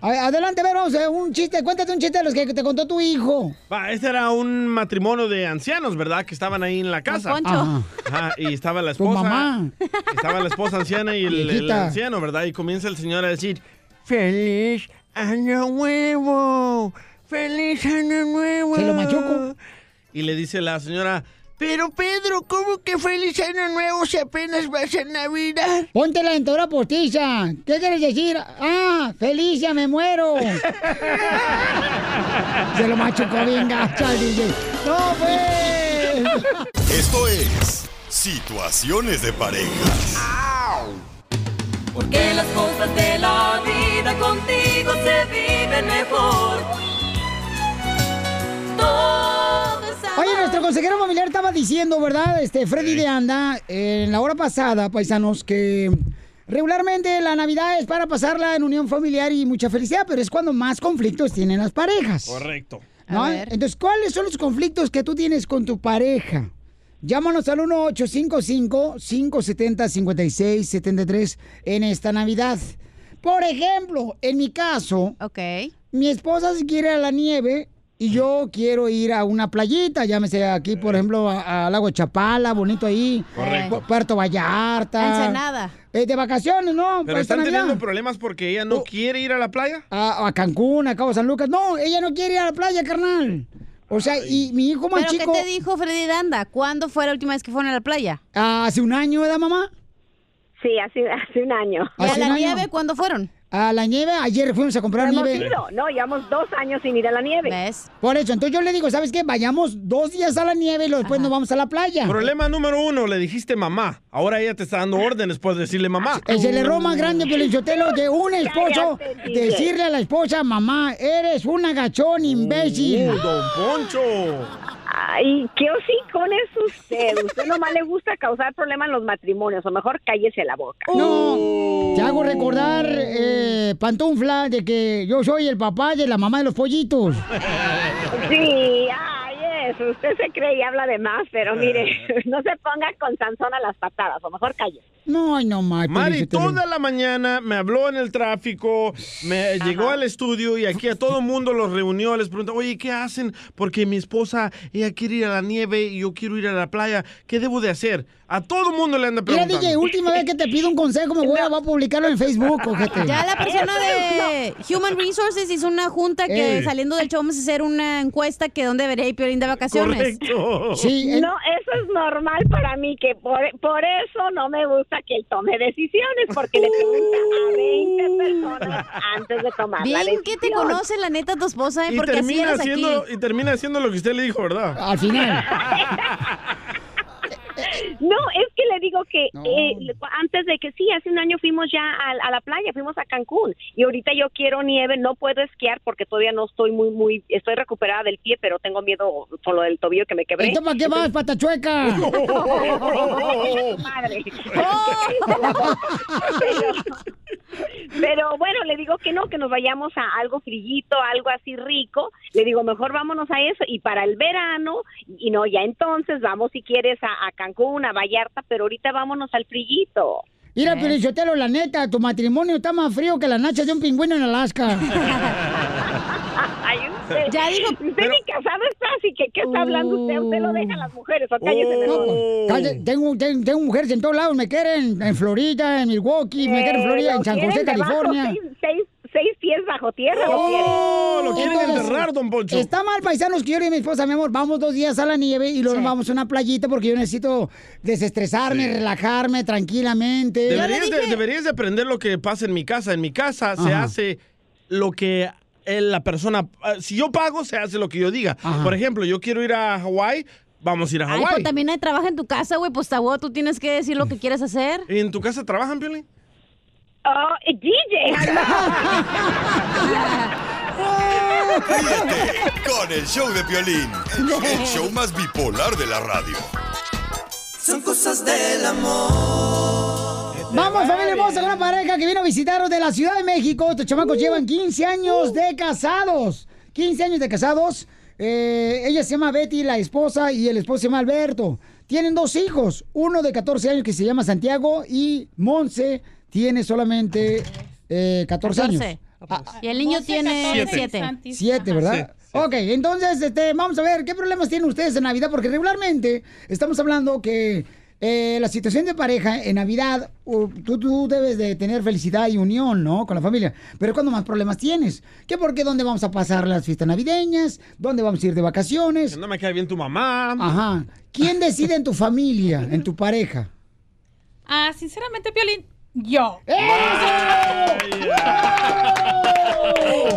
[SPEAKER 1] A- Adelante, a ver, vamos, eh, un chiste, cuéntate un chiste de los que te contó tu hijo.
[SPEAKER 2] Va, este era un matrimonio de ancianos, ¿verdad? Que estaban ahí en la casa.
[SPEAKER 1] Poncho. Ajá.
[SPEAKER 2] Ajá, y estaba la esposa.
[SPEAKER 1] mamá.
[SPEAKER 2] Estaba la esposa anciana y el, el
[SPEAKER 1] Viejita.
[SPEAKER 2] anciano, ¿verdad? Y comienza el señor a decir, feliz año nuevo, feliz año nuevo.
[SPEAKER 1] Se lo machuco.
[SPEAKER 2] Y le dice la señora,
[SPEAKER 13] Pero Pedro, ¿cómo que feliz año nuevo si apenas va a ser Navidad?
[SPEAKER 1] Ponte la dentadura postiza. ¿Qué quieres decir? Ah, Felicia, me muero. Se lo machucó bien gacha el DJ. ¡No, pues!
[SPEAKER 7] Esto es Situaciones de Parejas.
[SPEAKER 8] Porque las cosas de la vida contigo se viven mejor. Todos
[SPEAKER 1] Oye, nuestro consejero familiar estaba diciendo, ¿verdad? Este, Freddy de Anda, eh, en la hora pasada, paisanos, que regularmente la Navidad es para pasarla en unión familiar y mucha felicidad, pero es cuando más conflictos tienen las parejas.
[SPEAKER 2] correcto.
[SPEAKER 1] ¿no? Entonces, ¿cuáles son los conflictos que tú tienes con tu pareja? Llámanos al 1-855-570-5673 en esta Navidad. Por ejemplo, en mi caso, mi esposa se quiere ir a la nieve y yo quiero ir a una playita, llámese aquí, por ejemplo, a- al lago Chapala, bonito ahí,
[SPEAKER 2] Eh. Correcto.
[SPEAKER 1] Pu- Puerto Vallarta.
[SPEAKER 2] Ensenada.
[SPEAKER 1] Eh, de vacaciones, ¿no?
[SPEAKER 2] pero
[SPEAKER 1] Para esta
[SPEAKER 2] están
[SPEAKER 1] Navidad.
[SPEAKER 2] teniendo problemas porque ella
[SPEAKER 1] Oh.
[SPEAKER 2] no quiere ir a la playa.
[SPEAKER 1] a, a Cancún, a Cabo San Lucas. No, ella no quiere ir a la playa, carnal. O sea, y mi hijo más
[SPEAKER 4] ¿Pero
[SPEAKER 1] chico.
[SPEAKER 4] qué te dijo Freddy Danda? ¿Cuándo fue la última vez que fueron a la playa?
[SPEAKER 1] Hace un año, ¿verdad, mamá?
[SPEAKER 15] Sí, hace, hace un año.
[SPEAKER 4] ¿Y a la nieve cuándo fueron?
[SPEAKER 1] A la nieve, ayer fuimos a comprar
[SPEAKER 15] Hemos
[SPEAKER 1] nieve.
[SPEAKER 15] ido, no, llevamos dos años sin ir a la nieve.
[SPEAKER 1] Por eso, entonces yo le digo, ¿sabes qué? Vayamos dos días a la nieve y luego después nos vamos a la playa.
[SPEAKER 2] Problema número uno, le dijiste mamá. Ahora ella te está dando órdenes por decirle mamá. Mm.
[SPEAKER 1] Es Ah, el error más grande, Pelichotelo, de un esposo
[SPEAKER 2] Cállate, DJ.
[SPEAKER 1] decirle a la esposa, mamá, eres un agachón imbécil.
[SPEAKER 2] Uh, don Poncho.
[SPEAKER 15] Ay, qué hocicón es usted. Usted nomás le gusta causar problemas en los matrimonios, o mejor cállese la boca.
[SPEAKER 1] No, te hago recordar, eh, Pantufla, de que yo soy el papá de la mamá de los pollitos.
[SPEAKER 15] Sí, ay, eso. Usted se cree y habla de más, pero mire, no se ponga con Sansón a las patadas, o mejor cállese.
[SPEAKER 1] No, ay, no, Mari.
[SPEAKER 2] Mari, toda la mañana me habló en el tráfico, me llegó al estudio y aquí a todo mundo los reunió, les preguntó, oye, ¿qué hacen? Porque mi esposa, ella quiere ir a la nieve y yo quiero ir a la playa, ¿qué debo de hacer? A todo mundo le anda
[SPEAKER 1] Mira,
[SPEAKER 2] preguntando.
[SPEAKER 1] DJ, última vez que te pido un consejo, me voy a, voy a publicarlo en Facebook, ojete.
[SPEAKER 4] Ya la persona de Human Resources hizo una junta que
[SPEAKER 1] Ey.
[SPEAKER 4] saliendo del show vamos a hacer una encuesta que dónde debería ir Piolín de vacaciones.
[SPEAKER 15] no, eso es normal para mí, que por, por eso no me gusta que él tome decisiones, porque le pregunta a 20 personas antes de tomar la
[SPEAKER 4] Bien
[SPEAKER 15] decisión.
[SPEAKER 4] que te conoce la neta tu esposa, ¿eh?
[SPEAKER 2] Y
[SPEAKER 4] porque así
[SPEAKER 2] termina,
[SPEAKER 4] eres
[SPEAKER 2] haciendo,
[SPEAKER 4] aquí.
[SPEAKER 2] y termina haciendo lo que usted le dijo, ¿verdad?
[SPEAKER 1] Al final.
[SPEAKER 15] No, es que le digo que eh, antes de que sí, hace un año fuimos ya a, a la playa, fuimos a Cancún y ahorita yo quiero nieve, no puedo esquiar porque todavía no estoy muy, muy, estoy recuperada del pie, pero tengo miedo con lo del tobillo que me quebré.
[SPEAKER 1] ¿Esto para qué vas, patachueca?
[SPEAKER 15] Madre. pero, pero bueno, le digo que no, que nos vayamos a algo frillito, algo así rico. Le digo, mejor vámonos a eso y para el verano, y no, ya entonces vamos si quieres a, a Cancún, a Vallarta, pero ahorita vámonos al frillito.
[SPEAKER 1] Mira,
[SPEAKER 15] Eh.
[SPEAKER 1] Pelichotelo, la neta, tu matrimonio está más frío que la nacha de un pingüino en Alaska.
[SPEAKER 15] Ay, usted- usted ni casado está, así que ¿qué está hablando usted? Usted lo deja a las mujeres, o
[SPEAKER 1] Oh.
[SPEAKER 15] cállese mejor.
[SPEAKER 1] Calle- tengo, ten- tengo mujeres en todos lados, me quieren en Florida, en Milwaukee, me quieren en Florida,
[SPEAKER 15] Eh,
[SPEAKER 1] en
[SPEAKER 15] lo
[SPEAKER 1] San
[SPEAKER 15] quieren
[SPEAKER 1] José,
[SPEAKER 15] debajo,
[SPEAKER 1] California. Oh,
[SPEAKER 15] Seis, seis- seis pies bajo tierra. lo
[SPEAKER 2] ¡Oh!
[SPEAKER 15] quieren.
[SPEAKER 1] Entonces, Está mal, paisanos, que yo y mi esposa, mi amor, vamos dos días a la nieve y luego nos vamos a una playita porque yo necesito desestresarme,
[SPEAKER 2] Sí.
[SPEAKER 1] relajarme tranquilamente.
[SPEAKER 2] Deberías de, deberías de aprender lo que pasa en mi casa. En mi casa se
[SPEAKER 1] Ajá.
[SPEAKER 2] hace lo que eh, la persona... eh, Si yo pago, se hace lo que yo diga. Por ejemplo, yo quiero ir a Hawái, vamos a ir a
[SPEAKER 4] Ay, pues
[SPEAKER 2] Hawái.
[SPEAKER 4] también hay trabajo en tu casa, güey. Pues tabú, tú tienes que decir lo que quieres hacer.
[SPEAKER 2] ¿En tu casa trabajan, Piolín?
[SPEAKER 15] Oh, DJ.
[SPEAKER 7] Ríete con el show de Piolín, el show más bipolar de la radio.
[SPEAKER 8] Son cosas del amor.
[SPEAKER 1] Vamos, familia hermosa, con una pareja que vino a visitaros de la Ciudad de México. Estos
[SPEAKER 2] Uh.
[SPEAKER 1] chamacos llevan 15 años de casados. 15 años de casados. Eh, ella se llama Betty, la esposa, y el esposo se llama Alberto. Tienen dos hijos. Uno de 14 años que se llama Santiago y Monse tiene solamente eh, 14, años. pues.
[SPEAKER 4] Ah, Y el niño tiene siete.
[SPEAKER 1] Siete, ¿verdad? Ok, entonces, este, vamos a ver, ¿qué problemas tienen ustedes en Navidad? Porque regularmente estamos hablando que eh, la situación de pareja en Navidad, u- tú, tú debes de tener felicidad y unión, ¿no? Con la familia. Pero cuando más problemas tienes? ¿Qué por qué? ¿Dónde vamos a pasar las fiestas navideñas? ¿Dónde vamos a ir de vacaciones?
[SPEAKER 2] No me cae bien tu mamá.
[SPEAKER 1] Ajá. ¿Quién decide en tu familia, en tu pareja?
[SPEAKER 16] Ah, sinceramente, Piolín, yo.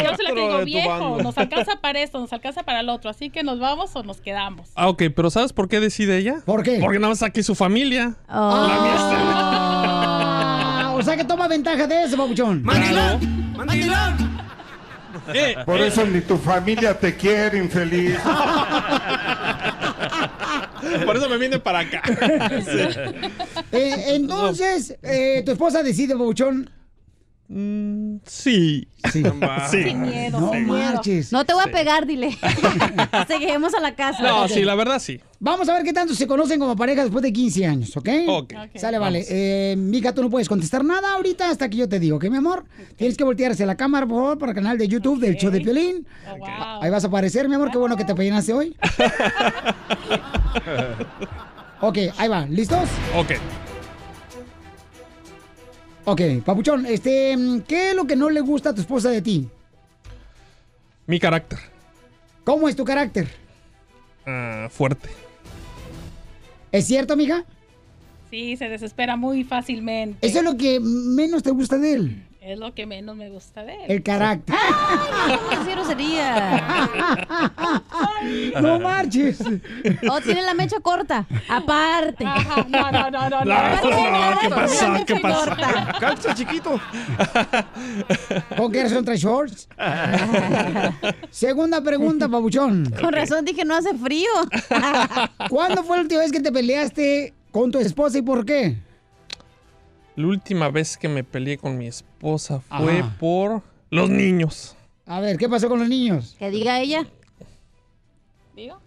[SPEAKER 16] Yo se lo
[SPEAKER 17] Otro de
[SPEAKER 16] digo,
[SPEAKER 17] tu
[SPEAKER 16] viejo,
[SPEAKER 17] bando.
[SPEAKER 16] nos alcanza para esto, nos alcanza para el otro, así que nos vamos o nos quedamos.
[SPEAKER 17] Ah, ok, pero ¿sabes por qué decide ella?
[SPEAKER 1] ¿Por qué?
[SPEAKER 17] Porque nada más aquí su familia.
[SPEAKER 1] Ah, o sea que toma ventaja de eso, babuchón.
[SPEAKER 18] Por eso ni tu familia te quiere, infeliz.
[SPEAKER 2] Por eso me vine para acá.
[SPEAKER 1] Eh, entonces, eh, tu esposa decide, babuchón.
[SPEAKER 17] Mm, Sí.
[SPEAKER 1] Sí.
[SPEAKER 17] Sí.
[SPEAKER 4] Sin miedo,
[SPEAKER 1] No
[SPEAKER 4] sin miedo.
[SPEAKER 1] marches.
[SPEAKER 4] No te voy a pegar, dile. Seguimos a la casa.
[SPEAKER 17] No,
[SPEAKER 1] Ok.
[SPEAKER 17] sí, la verdad sí.
[SPEAKER 1] Vamos a ver qué tanto se conocen como pareja después de 15 años, ¿ok?
[SPEAKER 17] Ok.
[SPEAKER 1] Sale,
[SPEAKER 17] vamos.
[SPEAKER 1] vale. Eh, mija, tú no puedes contestar nada ahorita hasta que yo te digo, ¿ok, mi amor? Tienes que voltear hacia la cámara, por favor, para el canal de YouTube del show de Piolín.
[SPEAKER 4] Oh,
[SPEAKER 1] Ahí vas a aparecer, mi amor, qué bueno que te peinaste hoy. ok, ahí va. ¿Listos?
[SPEAKER 17] Ok.
[SPEAKER 1] Ok, papuchón, este, ¿qué es lo que no le gusta a tu esposa de ti?
[SPEAKER 17] Mi carácter.
[SPEAKER 1] ¿Cómo es tu carácter?
[SPEAKER 17] ah, fuerte.
[SPEAKER 1] ¿Es cierto, mija?
[SPEAKER 16] Sí, se desespera muy fácilmente.
[SPEAKER 1] Eso es lo que menos te gusta de él,
[SPEAKER 16] Es lo que menos me gusta de él.
[SPEAKER 1] el carácter.
[SPEAKER 16] No
[SPEAKER 1] marches.
[SPEAKER 4] O tiene la mecha corta. Aparte.
[SPEAKER 16] No, no, no, no.
[SPEAKER 17] La-
[SPEAKER 4] Aparte,
[SPEAKER 17] no,
[SPEAKER 4] no,
[SPEAKER 17] ¿qué
[SPEAKER 4] no,
[SPEAKER 17] pasó?
[SPEAKER 4] no,
[SPEAKER 17] ¿Qué
[SPEAKER 4] no,
[SPEAKER 17] pasó?
[SPEAKER 4] corta.
[SPEAKER 2] Calza chiquito.
[SPEAKER 1] ¿Con qué razón trae shorts? Segunda pregunta, papuchón.
[SPEAKER 4] Con razón dije, no hace frío.
[SPEAKER 1] ¿Cuándo fue la última vez que te peleaste con tu esposa y por qué?
[SPEAKER 17] La última vez que me peleé con mi esposa fue
[SPEAKER 1] Ajá.
[SPEAKER 17] por los niños.
[SPEAKER 1] A ver, ¿qué pasó con los niños?
[SPEAKER 4] Que diga ella.
[SPEAKER 16] ¿Digo?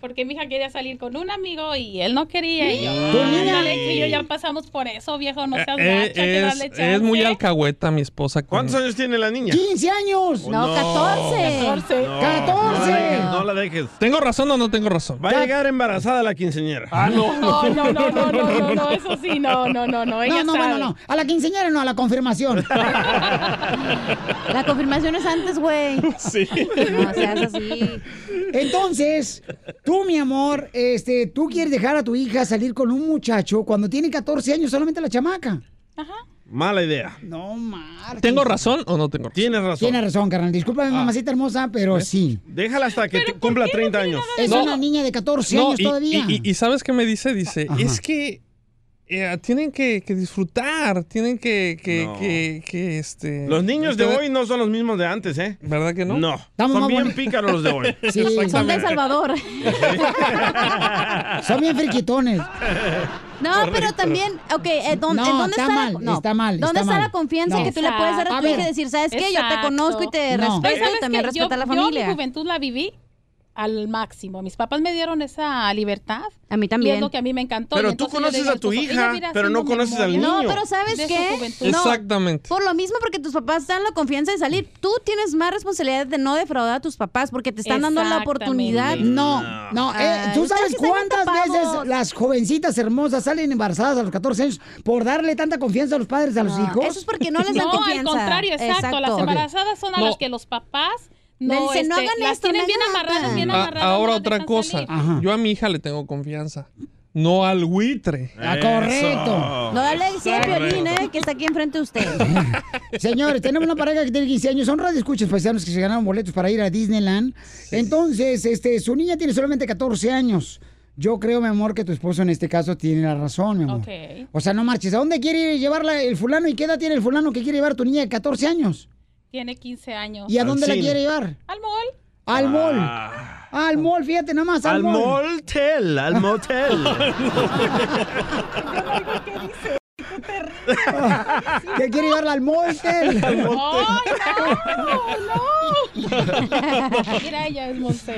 [SPEAKER 16] Porque mi hija quería salir con un amigo y él no quería. Y yo,
[SPEAKER 17] Tu niña.
[SPEAKER 16] "Ándale, que yo ya pasamos por eso, viejo, no seas
[SPEAKER 17] Eh,
[SPEAKER 16] gacha, hay que darle
[SPEAKER 17] es, es muy
[SPEAKER 16] chance".
[SPEAKER 17] alcahueta mi esposa. ¿Cuántos
[SPEAKER 2] años tiene la niña?
[SPEAKER 1] 15 años.
[SPEAKER 17] No, No. 14.
[SPEAKER 16] 14.
[SPEAKER 2] No, No la,
[SPEAKER 1] 14.
[SPEAKER 2] dejes, no la dejes.
[SPEAKER 17] ¿Tengo razón o no tengo razón?
[SPEAKER 2] Va a llegar embarazada la quinceñera. Ah,
[SPEAKER 16] No, no, no, no, no, no, no, eso sí, no, no, no, no, ella
[SPEAKER 1] no,
[SPEAKER 16] sabe.
[SPEAKER 1] bueno, no. A la quinceañera no, a la confirmación.
[SPEAKER 4] La confirmación es antes, güey.
[SPEAKER 17] Sí.
[SPEAKER 4] No seas así.
[SPEAKER 1] Entonces, tú, mi amor, este, tú quieres dejar a tu hija salir con un muchacho cuando tiene 14 años solamente la chamaca.
[SPEAKER 16] Ajá.
[SPEAKER 2] Mala idea.
[SPEAKER 1] No, Marcos.
[SPEAKER 17] ¿Tengo razón o no tengo razón?
[SPEAKER 2] Tienes razón. ¿Eh?
[SPEAKER 1] Tienes razón, carnal.
[SPEAKER 17] Ah.
[SPEAKER 1] Discúlpame, mamacita hermosa, pero sí.
[SPEAKER 2] Déjala hasta que te- cumpla 30 años.
[SPEAKER 1] Es
[SPEAKER 17] ¿Eh? No.
[SPEAKER 1] una niña de 14
[SPEAKER 17] No,
[SPEAKER 1] años
[SPEAKER 17] y,
[SPEAKER 1] todavía.
[SPEAKER 17] y- y- y ¿sabes qué me dice? Dice,
[SPEAKER 1] Ajá.
[SPEAKER 17] es que eh, tienen que, que disfrutar, tienen que, que,
[SPEAKER 2] No.
[SPEAKER 17] que- que, este...
[SPEAKER 2] Los niños de
[SPEAKER 17] tener-
[SPEAKER 2] hoy no son los mismos de antes, ¿eh?
[SPEAKER 17] ¿Verdad que no?
[SPEAKER 2] No.
[SPEAKER 17] Estamos
[SPEAKER 2] son
[SPEAKER 17] más
[SPEAKER 2] bien
[SPEAKER 17] boni-
[SPEAKER 2] pícaros los de hoy.
[SPEAKER 17] Sí,
[SPEAKER 4] Son de El Salvador.
[SPEAKER 1] Son bien friquitones.
[SPEAKER 4] No, pero también, ok, eh, ¿dó-
[SPEAKER 1] No,
[SPEAKER 4] ¿en dónde
[SPEAKER 1] está
[SPEAKER 4] está, la-
[SPEAKER 1] mal,
[SPEAKER 4] no,
[SPEAKER 1] está mal, está
[SPEAKER 4] ¿Dónde está
[SPEAKER 1] mal.
[SPEAKER 4] la confianza
[SPEAKER 1] No.
[SPEAKER 4] que tú le puedes dar a
[SPEAKER 1] A
[SPEAKER 4] tu hija
[SPEAKER 1] ver.
[SPEAKER 4] y decir, ¿sabes qué? Yo te
[SPEAKER 16] Exacto.
[SPEAKER 4] conozco y te
[SPEAKER 1] No.
[SPEAKER 4] respeto
[SPEAKER 16] ¿Sabes
[SPEAKER 4] y también
[SPEAKER 16] qué?
[SPEAKER 4] respeta
[SPEAKER 16] yo,
[SPEAKER 4] a la
[SPEAKER 16] Yo mi
[SPEAKER 4] familia.
[SPEAKER 16] juventud la viví al máximo. Mis papás me dieron esa libertad.
[SPEAKER 4] A mí
[SPEAKER 16] Y es
[SPEAKER 4] también.
[SPEAKER 16] lo que a mí me encantó.
[SPEAKER 2] Pero
[SPEAKER 16] Y
[SPEAKER 2] tú
[SPEAKER 16] entonces yo le
[SPEAKER 2] conoces
[SPEAKER 16] digo
[SPEAKER 2] a
[SPEAKER 16] al
[SPEAKER 2] tu
[SPEAKER 16] esposo,
[SPEAKER 2] hija,
[SPEAKER 16] "Mira, mira,
[SPEAKER 2] pero no
[SPEAKER 16] haciendo
[SPEAKER 2] conoces al
[SPEAKER 16] memoria".
[SPEAKER 4] No,
[SPEAKER 2] niño.
[SPEAKER 4] pero ¿sabes
[SPEAKER 16] De su
[SPEAKER 4] qué?
[SPEAKER 16] juventud.
[SPEAKER 4] No,
[SPEAKER 17] Exactamente.
[SPEAKER 4] Por lo mismo, porque tus papás dan la confianza de salir, tú tienes más responsabilidad de no defraudar a tus papás porque te están dando la oportunidad.
[SPEAKER 1] No, no. eh,
[SPEAKER 4] Ay,
[SPEAKER 1] ¿Tú
[SPEAKER 4] ustedes
[SPEAKER 1] sabes
[SPEAKER 4] que están
[SPEAKER 1] cuántas
[SPEAKER 4] bien
[SPEAKER 1] veces
[SPEAKER 4] tapados.
[SPEAKER 1] las jovencitas hermosas salen embarazadas a los 14 años por darle tanta confianza a los padres, a los hijos?
[SPEAKER 4] Eso es porque no les dan
[SPEAKER 16] No,
[SPEAKER 4] confianza.
[SPEAKER 16] al contrario, exacto. Las
[SPEAKER 4] Ok.
[SPEAKER 16] embarazadas son a
[SPEAKER 17] No.
[SPEAKER 16] las que los papás no,
[SPEAKER 4] Le dicen, "No
[SPEAKER 16] este,
[SPEAKER 4] hagan
[SPEAKER 16] las
[SPEAKER 4] esto,
[SPEAKER 16] tienen
[SPEAKER 4] no
[SPEAKER 16] bien
[SPEAKER 4] hagan
[SPEAKER 16] amarradas,
[SPEAKER 4] nada".
[SPEAKER 16] bien
[SPEAKER 2] Ah,
[SPEAKER 17] A-
[SPEAKER 16] amarradas.
[SPEAKER 17] Ah, ahora
[SPEAKER 16] no las
[SPEAKER 17] otra
[SPEAKER 16] dejan
[SPEAKER 17] cosa,
[SPEAKER 16] salir.
[SPEAKER 17] yo a mi hija le tengo confianza, no al buitre.
[SPEAKER 2] Eh.
[SPEAKER 1] Ah, correcto.
[SPEAKER 4] No le decía a Piolín, eh, que está aquí enfrente de usted.
[SPEAKER 1] Señores, tenemos una pareja que tiene 15 años, son radioescuchas paisanos que se ganaron boletos para ir a Disneyland. Entonces, este, su niña tiene solamente 14 años. Yo creo, mi amor, que tu esposo en este caso tiene la razón, mi amor.
[SPEAKER 16] Ok.
[SPEAKER 1] O sea, no marches. ¿A dónde quiere llevarla el fulano y qué edad tiene el fulano que quiere llevar tu niña de 14 años?
[SPEAKER 16] Tiene 15 años.
[SPEAKER 1] ¿Y a dónde la quiere llevar?
[SPEAKER 16] Al mall.
[SPEAKER 1] Al mall. Al mall, fíjate nada más, al,
[SPEAKER 2] Al
[SPEAKER 1] mall.
[SPEAKER 2] motel, al motel.
[SPEAKER 1] Que quiere llevarla al motel.
[SPEAKER 16] Al motel. No. Mira, ella es Monse.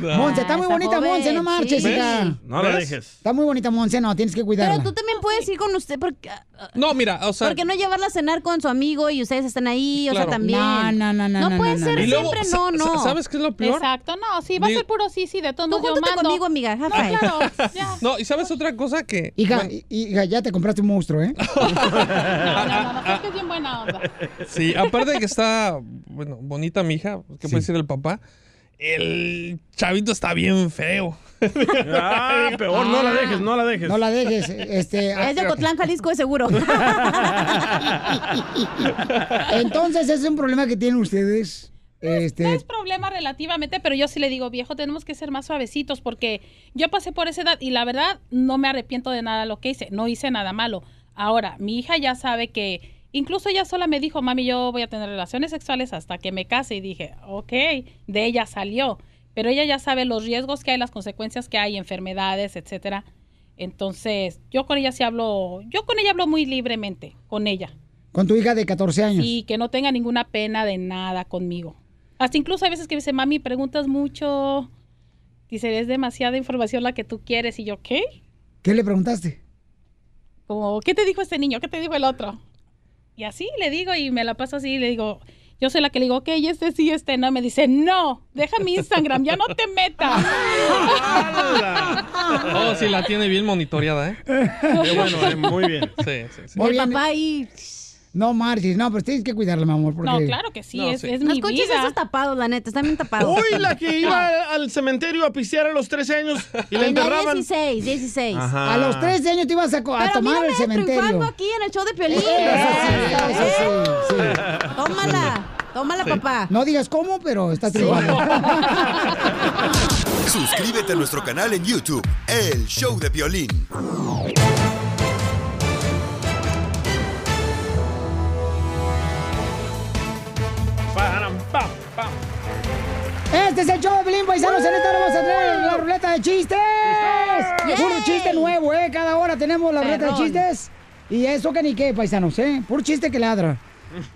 [SPEAKER 1] Monse, está muy
[SPEAKER 4] Ah, está
[SPEAKER 1] bonita,
[SPEAKER 4] joven,
[SPEAKER 1] Monse, no marches,
[SPEAKER 4] sí.
[SPEAKER 1] hija.
[SPEAKER 2] No la
[SPEAKER 17] ¿Ves?
[SPEAKER 2] dejes.
[SPEAKER 1] Está muy bonita, Monse, no, tienes que cuidarla.
[SPEAKER 4] Pero tú también puedes ir con usted, porque, ah,
[SPEAKER 17] No, mira, o sea,
[SPEAKER 4] porque no llevarla a cenar con su amigo y ustedes están ahí, o
[SPEAKER 17] Claro.
[SPEAKER 4] sea, también.
[SPEAKER 1] No, no, no, no,
[SPEAKER 4] No
[SPEAKER 1] no,
[SPEAKER 4] puede
[SPEAKER 1] no,
[SPEAKER 4] ser
[SPEAKER 17] y luego,
[SPEAKER 4] siempre,
[SPEAKER 17] sa-
[SPEAKER 4] no, no.
[SPEAKER 17] sa- ¿sabes qué es lo peor?
[SPEAKER 16] Exacto, no, sí, va a
[SPEAKER 17] Digo-
[SPEAKER 16] ser puro sí, sí, de todos
[SPEAKER 4] Tú
[SPEAKER 16] modos yo
[SPEAKER 4] júntate
[SPEAKER 16] mando.
[SPEAKER 4] conmigo, amiga,
[SPEAKER 16] No,
[SPEAKER 4] Rafael.
[SPEAKER 16] claro, ya.
[SPEAKER 17] No, y sabes otra cosa que...
[SPEAKER 1] Hija, hi- hija, ya te compraste un monstruo, ¿eh?
[SPEAKER 16] No, no, no, no, sabes que es bien buena onda.
[SPEAKER 17] Sí, aparte de que está, bueno, bonita mi hija, ¿qué puede decir el papá? El chavito está bien feo.
[SPEAKER 2] Ah, peor, no la dejes, no la dejes.
[SPEAKER 1] No la dejes, este... a-
[SPEAKER 4] Es de Ocotlán, Jalisco, de seguro.
[SPEAKER 1] Entonces, ese es un problema que tienen ustedes.
[SPEAKER 16] No
[SPEAKER 1] Este,
[SPEAKER 16] es problema relativamente, pero yo sí le digo, viejo, tenemos que ser más suavecitos porque yo pasé por esa edad y la verdad no me arrepiento de nada lo que hice, no hice nada malo. Ahora, mi hija ya sabe que incluso ella sola me dijo, mami, yo voy a tener relaciones sexuales hasta que me case y dije, ok, de ella salió, pero ella ya sabe los riesgos que hay, las consecuencias que hay, enfermedades, etcétera. Entonces, yo con ella sí hablo, yo con ella hablo muy libremente, con ella
[SPEAKER 1] con tu hija de 14 años.
[SPEAKER 16] y que no tenga ninguna pena de nada conmigo. Hasta incluso a veces que me dice, mami, preguntas mucho. Dice, es demasiada información la que tú quieres. Y yo, ¿qué?
[SPEAKER 1] ¿Qué le preguntaste?
[SPEAKER 16] Como, ¿qué te dijo este niño? ¿Qué te dijo el otro? Y así le digo y me la paso así y le digo, yo soy la que le digo, ok, este sí, este no. Me dice, no, deja mi Instagram, ya no te metas.
[SPEAKER 17] Oh, sí, la tiene bien monitoreada, ¿eh?
[SPEAKER 2] Qué bueno, eh, muy bien.
[SPEAKER 17] Sí, sí, sí.
[SPEAKER 1] Muy
[SPEAKER 4] El
[SPEAKER 1] bien.
[SPEAKER 4] papá ahí.
[SPEAKER 1] No marches, no, pero tienes que cuidarla, mi amor. Porque...
[SPEAKER 16] No, claro que sí,
[SPEAKER 17] No,
[SPEAKER 16] es,
[SPEAKER 17] sí.
[SPEAKER 16] es
[SPEAKER 4] Los
[SPEAKER 16] mi
[SPEAKER 4] coches
[SPEAKER 16] vida.
[SPEAKER 4] esos tapados, la neta, están bien tapados.
[SPEAKER 2] Hoy la que iba al cementerio a pistear a los 13 años y la
[SPEAKER 4] Tenía
[SPEAKER 2] enterraban.
[SPEAKER 4] 16, 16.
[SPEAKER 2] Ajá.
[SPEAKER 1] A los 13 años te ibas a, co- a
[SPEAKER 4] Pero
[SPEAKER 1] tomar
[SPEAKER 4] mírame
[SPEAKER 1] el cementerio.
[SPEAKER 4] triunfando aquí en el show de Piolín. Eh,
[SPEAKER 1] Eso sí, eso sí, sí.
[SPEAKER 4] Tómala, tómala, papá.
[SPEAKER 1] No digas cómo, pero está triunfando.
[SPEAKER 7] Suscríbete a nuestro canal en YouTube, El Show de Violín.
[SPEAKER 2] Param, pam, pam.
[SPEAKER 1] Este es el show de Pelín Paisanos. En esta hora vamos a tener la ruleta de chistes.
[SPEAKER 4] Yay.
[SPEAKER 1] Puro chiste nuevo, ¿eh? Cada hora tenemos la ruleta de
[SPEAKER 4] Perrón.
[SPEAKER 1] chistes. Y eso que ni qué, paisanos, ¿eh? Puro chiste que ladra.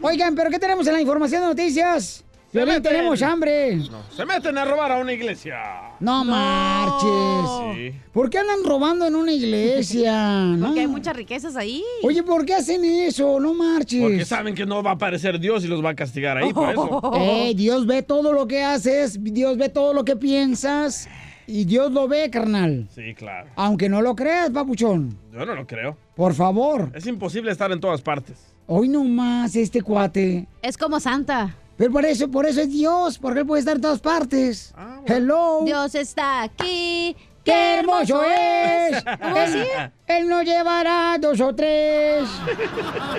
[SPEAKER 1] Oigan, ¿pero qué tenemos en la información de noticias? Piolín,
[SPEAKER 2] meten.
[SPEAKER 1] tenemos hambre.
[SPEAKER 2] Se meten a robar a una iglesia.
[SPEAKER 1] No, marches.
[SPEAKER 2] Sí.
[SPEAKER 1] ¿Por qué andan robando en una iglesia? No.
[SPEAKER 4] Porque hay muchas riquezas ahí.
[SPEAKER 1] Oye, ¿por qué hacen eso? No
[SPEAKER 2] Porque
[SPEAKER 1] marches.
[SPEAKER 2] saben que no va a aparecer Dios y los va a castigar ahí por eso.
[SPEAKER 1] Eh, Dios ve todo lo que haces, Dios ve todo lo que piensas y Dios lo ve, carnal.
[SPEAKER 2] Sí, claro.
[SPEAKER 1] Aunque no lo creas, papuchón.
[SPEAKER 2] Yo no lo creo.
[SPEAKER 1] Por favor,
[SPEAKER 2] Es imposible estar en todas partes.
[SPEAKER 1] hoy no más este cuate.
[SPEAKER 4] Es como Santa.
[SPEAKER 1] Pero por eso,
[SPEAKER 2] Ah,
[SPEAKER 1] por eso es Dios, porque él puede estar en todas partes. Hello.
[SPEAKER 4] Dios está aquí.
[SPEAKER 1] ¡Qué hermoso es!
[SPEAKER 8] ¿Cómo
[SPEAKER 1] él,
[SPEAKER 8] decía?
[SPEAKER 1] él no llevará dos o tres.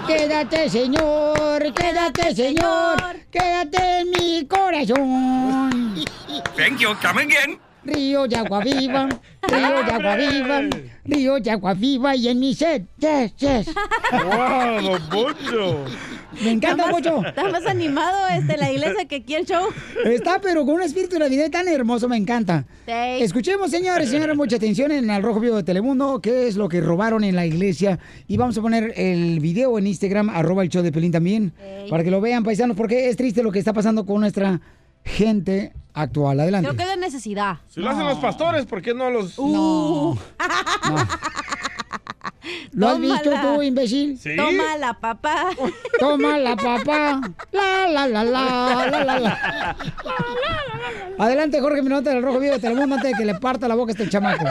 [SPEAKER 1] Quédate, señor, quédate, señor, quédate en mi corazón.
[SPEAKER 8] Thank you, come again.
[SPEAKER 1] Río de agua viva, río de agua viva, río de agua viva y en mi sed. Yes, yes.
[SPEAKER 2] ¡Wow, don Poncho!
[SPEAKER 1] Me encanta,
[SPEAKER 4] Está más-
[SPEAKER 1] Pocho.
[SPEAKER 4] está más animado, este, la iglesia que aquí el show.
[SPEAKER 1] Está, pero con un espíritu de Navidad tan hermoso, me encanta.
[SPEAKER 4] Sí.
[SPEAKER 1] Escuchemos, señores y señores, mucha atención en el Rojo Vivo de Telemundo, qué es lo que robaron en la iglesia. Y vamos a poner el video en Instagram, arroba el show de Pelín también,
[SPEAKER 4] Ey.
[SPEAKER 1] para que lo vean, paisanos, porque es triste lo que está pasando con nuestra gente actual. Adelante.
[SPEAKER 4] Creo que es de necesidad. Uh.
[SPEAKER 2] Si lo hacen los pastores, ¿por qué no los.?
[SPEAKER 1] No. ¿Lo has visto
[SPEAKER 4] Tómala.
[SPEAKER 1] tú, imbécil?
[SPEAKER 4] Toma la papá.
[SPEAKER 1] Toma la papá. La, la, la, la, la, la, la. Adelante, Jorge Minota del Rojo Vivo de Telemundo, antes de que le parta la boca a este chamaco.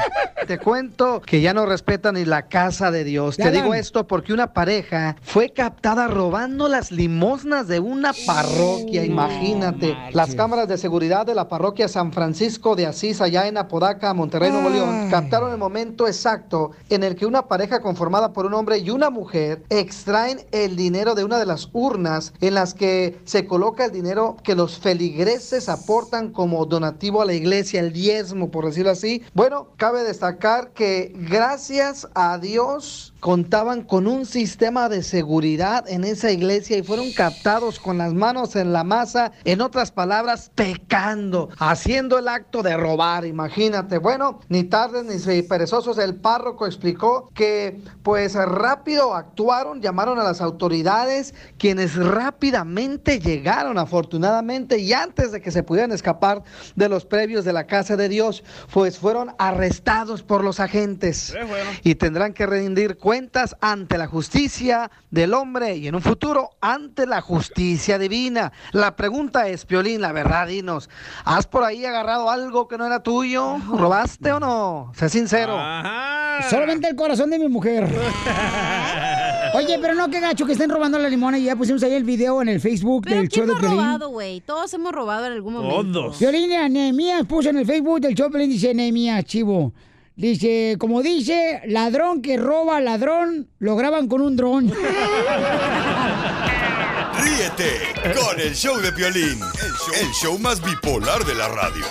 [SPEAKER 6] Te cuento que ya no respetan ni la casa de Dios.
[SPEAKER 1] Ya
[SPEAKER 6] Te digo
[SPEAKER 1] dan.
[SPEAKER 6] esto porque una pareja fue captada robando las limosnas de una parroquia, imagínate. Las cámaras de seguridad de la parroquia San Francisco de Asís, allá en Apodaca, Monterrey, Nuevo León, captaron el momento exacto en el que una pareja conformada por un hombre y una mujer extraen el dinero de una de las urnas en las que se coloca el dinero que los feligreses aportan como donativo a la iglesia, el diezmo, por decirlo así. Bueno, cabe destacar que gracias a Dios contaban con un sistema de seguridad en esa iglesia y fueron captados con las manos en la masa, en otras palabras, pecando, haciendo el acto de robar, imagínate. Bueno, ni tardes ni se- perezosos, el párroco explicó que pues rápido actuaron, llamaron a las autoridades, quienes rápidamente llegaron afortunadamente y antes de que se pudieran escapar de los previos de la casa de Dios, pues fueron arrestados por los agentes y tendrán que rendir cuentas ante la justicia del hombre y en un futuro ante la justicia divina. La pregunta es, Piolín, la verdad, dinos, ¿has por ahí agarrado algo que no era tuyo? ¿Robaste o no? Sé sincero.
[SPEAKER 1] Solamente el corazón de mi mujer. Oye, pero no, qué gacho que estén robando la limona y ya pusimos ahí el video en el Facebook del show de
[SPEAKER 4] Hemos
[SPEAKER 1] Pelín.
[SPEAKER 4] robado, güey. Todos hemos robado en algún momento.
[SPEAKER 1] Violín Nehemías puso en el Facebook del show, Pelín, dice Nehemías, chivo. Dice, como dice, ladrón que roba ladrón, lo graban con un dron.
[SPEAKER 7] Ríete con el show de Piolín, el show, el show más bipolar de la radio.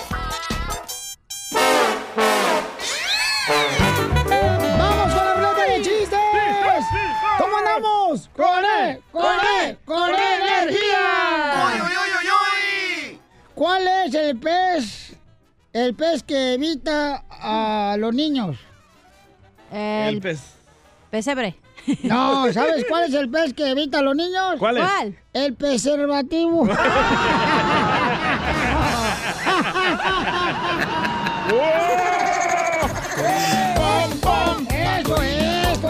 [SPEAKER 1] ¡Vamos con la ruleta de chistes! ¿Cómo andamos? ¡Con él! ¡Con él! ¡Con energía!
[SPEAKER 8] ¡Oy,
[SPEAKER 1] ¿Cuál es el pez? El pez que evita a los niños.
[SPEAKER 4] El
[SPEAKER 2] pez.
[SPEAKER 4] Pesebre.
[SPEAKER 1] No, ¿sabes cuál es el pez que evita a los niños?
[SPEAKER 4] ¿Cuál es? ¿Cuál?
[SPEAKER 1] El preservativo. ¡Pom, pom! ¡Eso, eso!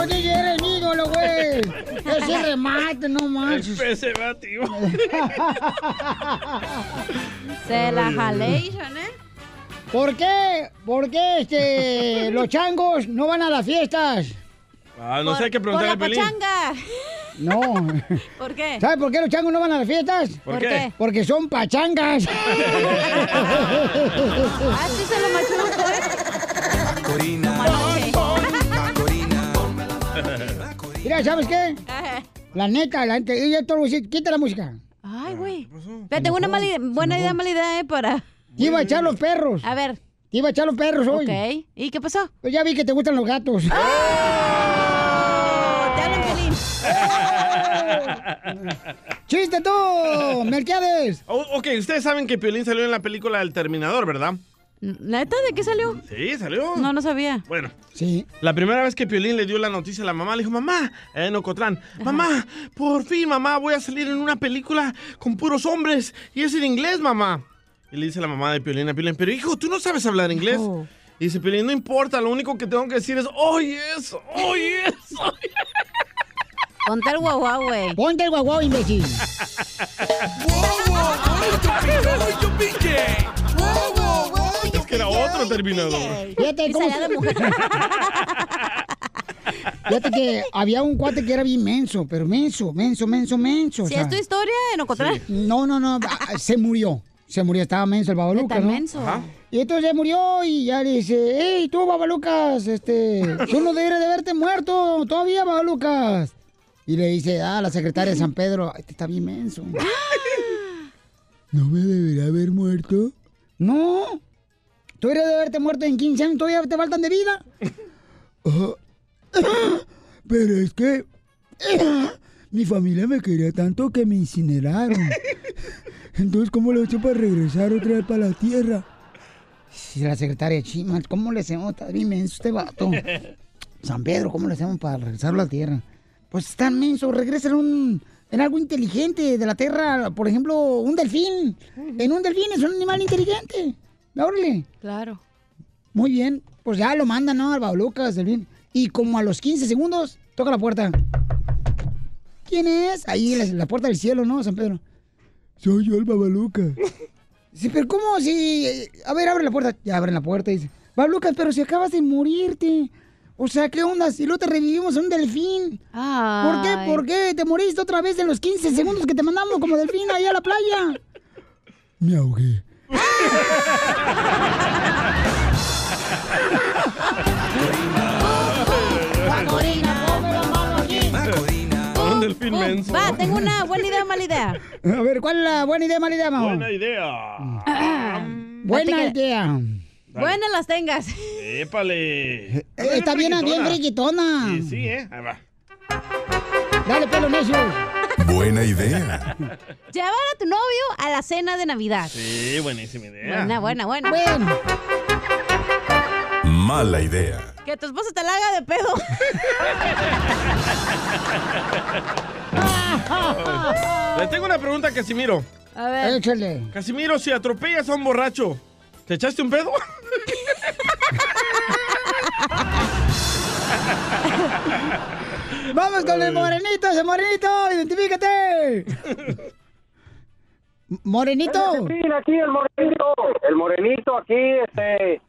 [SPEAKER 1] ¡Eso, DJ, eres mi ídolo, güey! ¡Ese remate, no manches!
[SPEAKER 2] preservativo.
[SPEAKER 4] Se la jalé, ¿eh?
[SPEAKER 1] ¿Por qué? ¿Por qué este, los changos no van a las fiestas?
[SPEAKER 2] Ah, no sé
[SPEAKER 1] Por-
[SPEAKER 2] qué preguntarle a
[SPEAKER 1] por la
[SPEAKER 2] Pelín.
[SPEAKER 1] No.
[SPEAKER 4] ¿Por qué?
[SPEAKER 1] ¿Sabes por qué los changos no van a las fiestas?
[SPEAKER 2] ¿Por qué? qué?
[SPEAKER 1] Porque son pachangas.
[SPEAKER 4] Así se lo machuco,
[SPEAKER 1] Mira, ¿sabes qué? La neta, la gente, ella todo lo dice, quita la música.
[SPEAKER 4] Ay, güey. Pero tengo una mala idea- buena idea, mala idea, ¿eh? Para.
[SPEAKER 1] Te iba a echar los perros.
[SPEAKER 4] A ver.
[SPEAKER 1] Te iba a echar los perros hoy.
[SPEAKER 4] Ok. ¿Y qué pasó?
[SPEAKER 1] Yo ya vi que te gustan los gatos.
[SPEAKER 4] ¡Ah!
[SPEAKER 1] ¡Chiste tú! ¡Melquiades!
[SPEAKER 2] Oh, ok, ustedes saben que Piolín salió en la película El Terminador, ¿verdad?
[SPEAKER 4] ¿Neta? ¿De qué salió?
[SPEAKER 2] Sí, salió.
[SPEAKER 4] No, no sabía.
[SPEAKER 2] Bueno.
[SPEAKER 1] Sí.
[SPEAKER 2] La primera vez que Piolín le dio la noticia a la mamá, le dijo, mamá, eh, en Ocotlán, mamá, por fin, mamá, voy a salir en una película con puros hombres y es en inglés, mamá. Y le dice la mamá de Piolín a Piolín, pero hijo, ¿tú no sabes hablar inglés? Y dice Piolín, no importa, lo único que tengo que decir es, oh yes, oh yes.
[SPEAKER 4] Ponte el guagua, güey.
[SPEAKER 1] Ponte el guagua, imbécil.
[SPEAKER 2] Es que era otro terminador.
[SPEAKER 1] Fíjate cómo. Fíjate que había un cuate que era bien menso, pero menso, menso, menso, menso. o
[SPEAKER 4] Si
[SPEAKER 1] sea.
[SPEAKER 4] es tu historia, en Ocotlán.
[SPEAKER 1] No, no, no. ah, Se murió. se murió, estaba menso el Babalucas,
[SPEAKER 4] Está
[SPEAKER 1] ¿no?
[SPEAKER 4] menso. Ajá.
[SPEAKER 1] Y entonces ya murió y ya le dice, hey, tú, Babalucas, este, tú no deberías de verte muerto todavía, Babalucas. Y le dice, ah, la secretaria de San Pedro, "Ay, este está bien menso.
[SPEAKER 4] Ah.
[SPEAKER 1] ¿No me debería haber muerto? No, tú deberías de haberte muerto en 15 años, todavía te faltan de vida. Pero es que mi familia me quería tanto que me incineraron. Entonces, ¿cómo lo he hecho para regresar otra vez para la tierra? Si la secretaria Chima, ¿cómo le hacemos? Está bien menso este vato. San Pedro, ¿cómo le hacemos para regresarlo a la tierra? Pues está menso, regresa en, un- en algo inteligente de la tierra. Por ejemplo, un delfín. En un delfín es un animal inteligente. Órale.
[SPEAKER 4] Claro.
[SPEAKER 1] Muy bien. Pues ya lo mandan, ¿no? Al Babalucas, delfín. Y como a los 15 segundos, toca la puerta. ¿Quién es? Ahí, la, la puerta del cielo, ¿no? San Pedro. Soy yo el Babalucas. Sí, pero ¿cómo? Si... eh, A ver, abre la puerta. Ya abren la puerta y dice, Babalucas, pero si acabas de morirte. O sea, ¿qué onda? Si luego te revivimos en un delfín. ¿Por qué?
[SPEAKER 4] Ay.
[SPEAKER 1] ¿Por qué? Te moriste otra vez en los 15 segundos que te mandamos como delfín ahí a la playa. Me ahogué.
[SPEAKER 2] Un delfín menso.
[SPEAKER 4] Va, tengo una buena idea, mala idea.
[SPEAKER 1] A ver, ¿cuál es la buena idea, mala idea, mamá?
[SPEAKER 2] Buena idea.
[SPEAKER 1] Buena
[SPEAKER 4] Date que-
[SPEAKER 1] idea.
[SPEAKER 4] Buenas las tengas.
[SPEAKER 2] Épale.
[SPEAKER 1] Eh, Está bien, bien friquitona.
[SPEAKER 2] Sí, sí, eh. Ahí va.
[SPEAKER 1] Dale, pelo necio.
[SPEAKER 7] Buena idea.
[SPEAKER 4] Llevar a tu novio a la cena de Navidad.
[SPEAKER 2] Sí, buenísima idea.
[SPEAKER 4] Buena, buena, buena.
[SPEAKER 1] Bueno.
[SPEAKER 7] Mala idea.
[SPEAKER 4] Que tu esposa te la haga de pedo.
[SPEAKER 2] Le tengo una pregunta a Casimiro.
[SPEAKER 4] A ver.
[SPEAKER 1] Échale.
[SPEAKER 2] Casimiro, si atropellas a un borracho, ¿te echaste un pedo?
[SPEAKER 1] Vamos con el morenito, ese morenito, identifícate. M- Morenito.
[SPEAKER 19] aquí el morenito, el morenito aquí, este,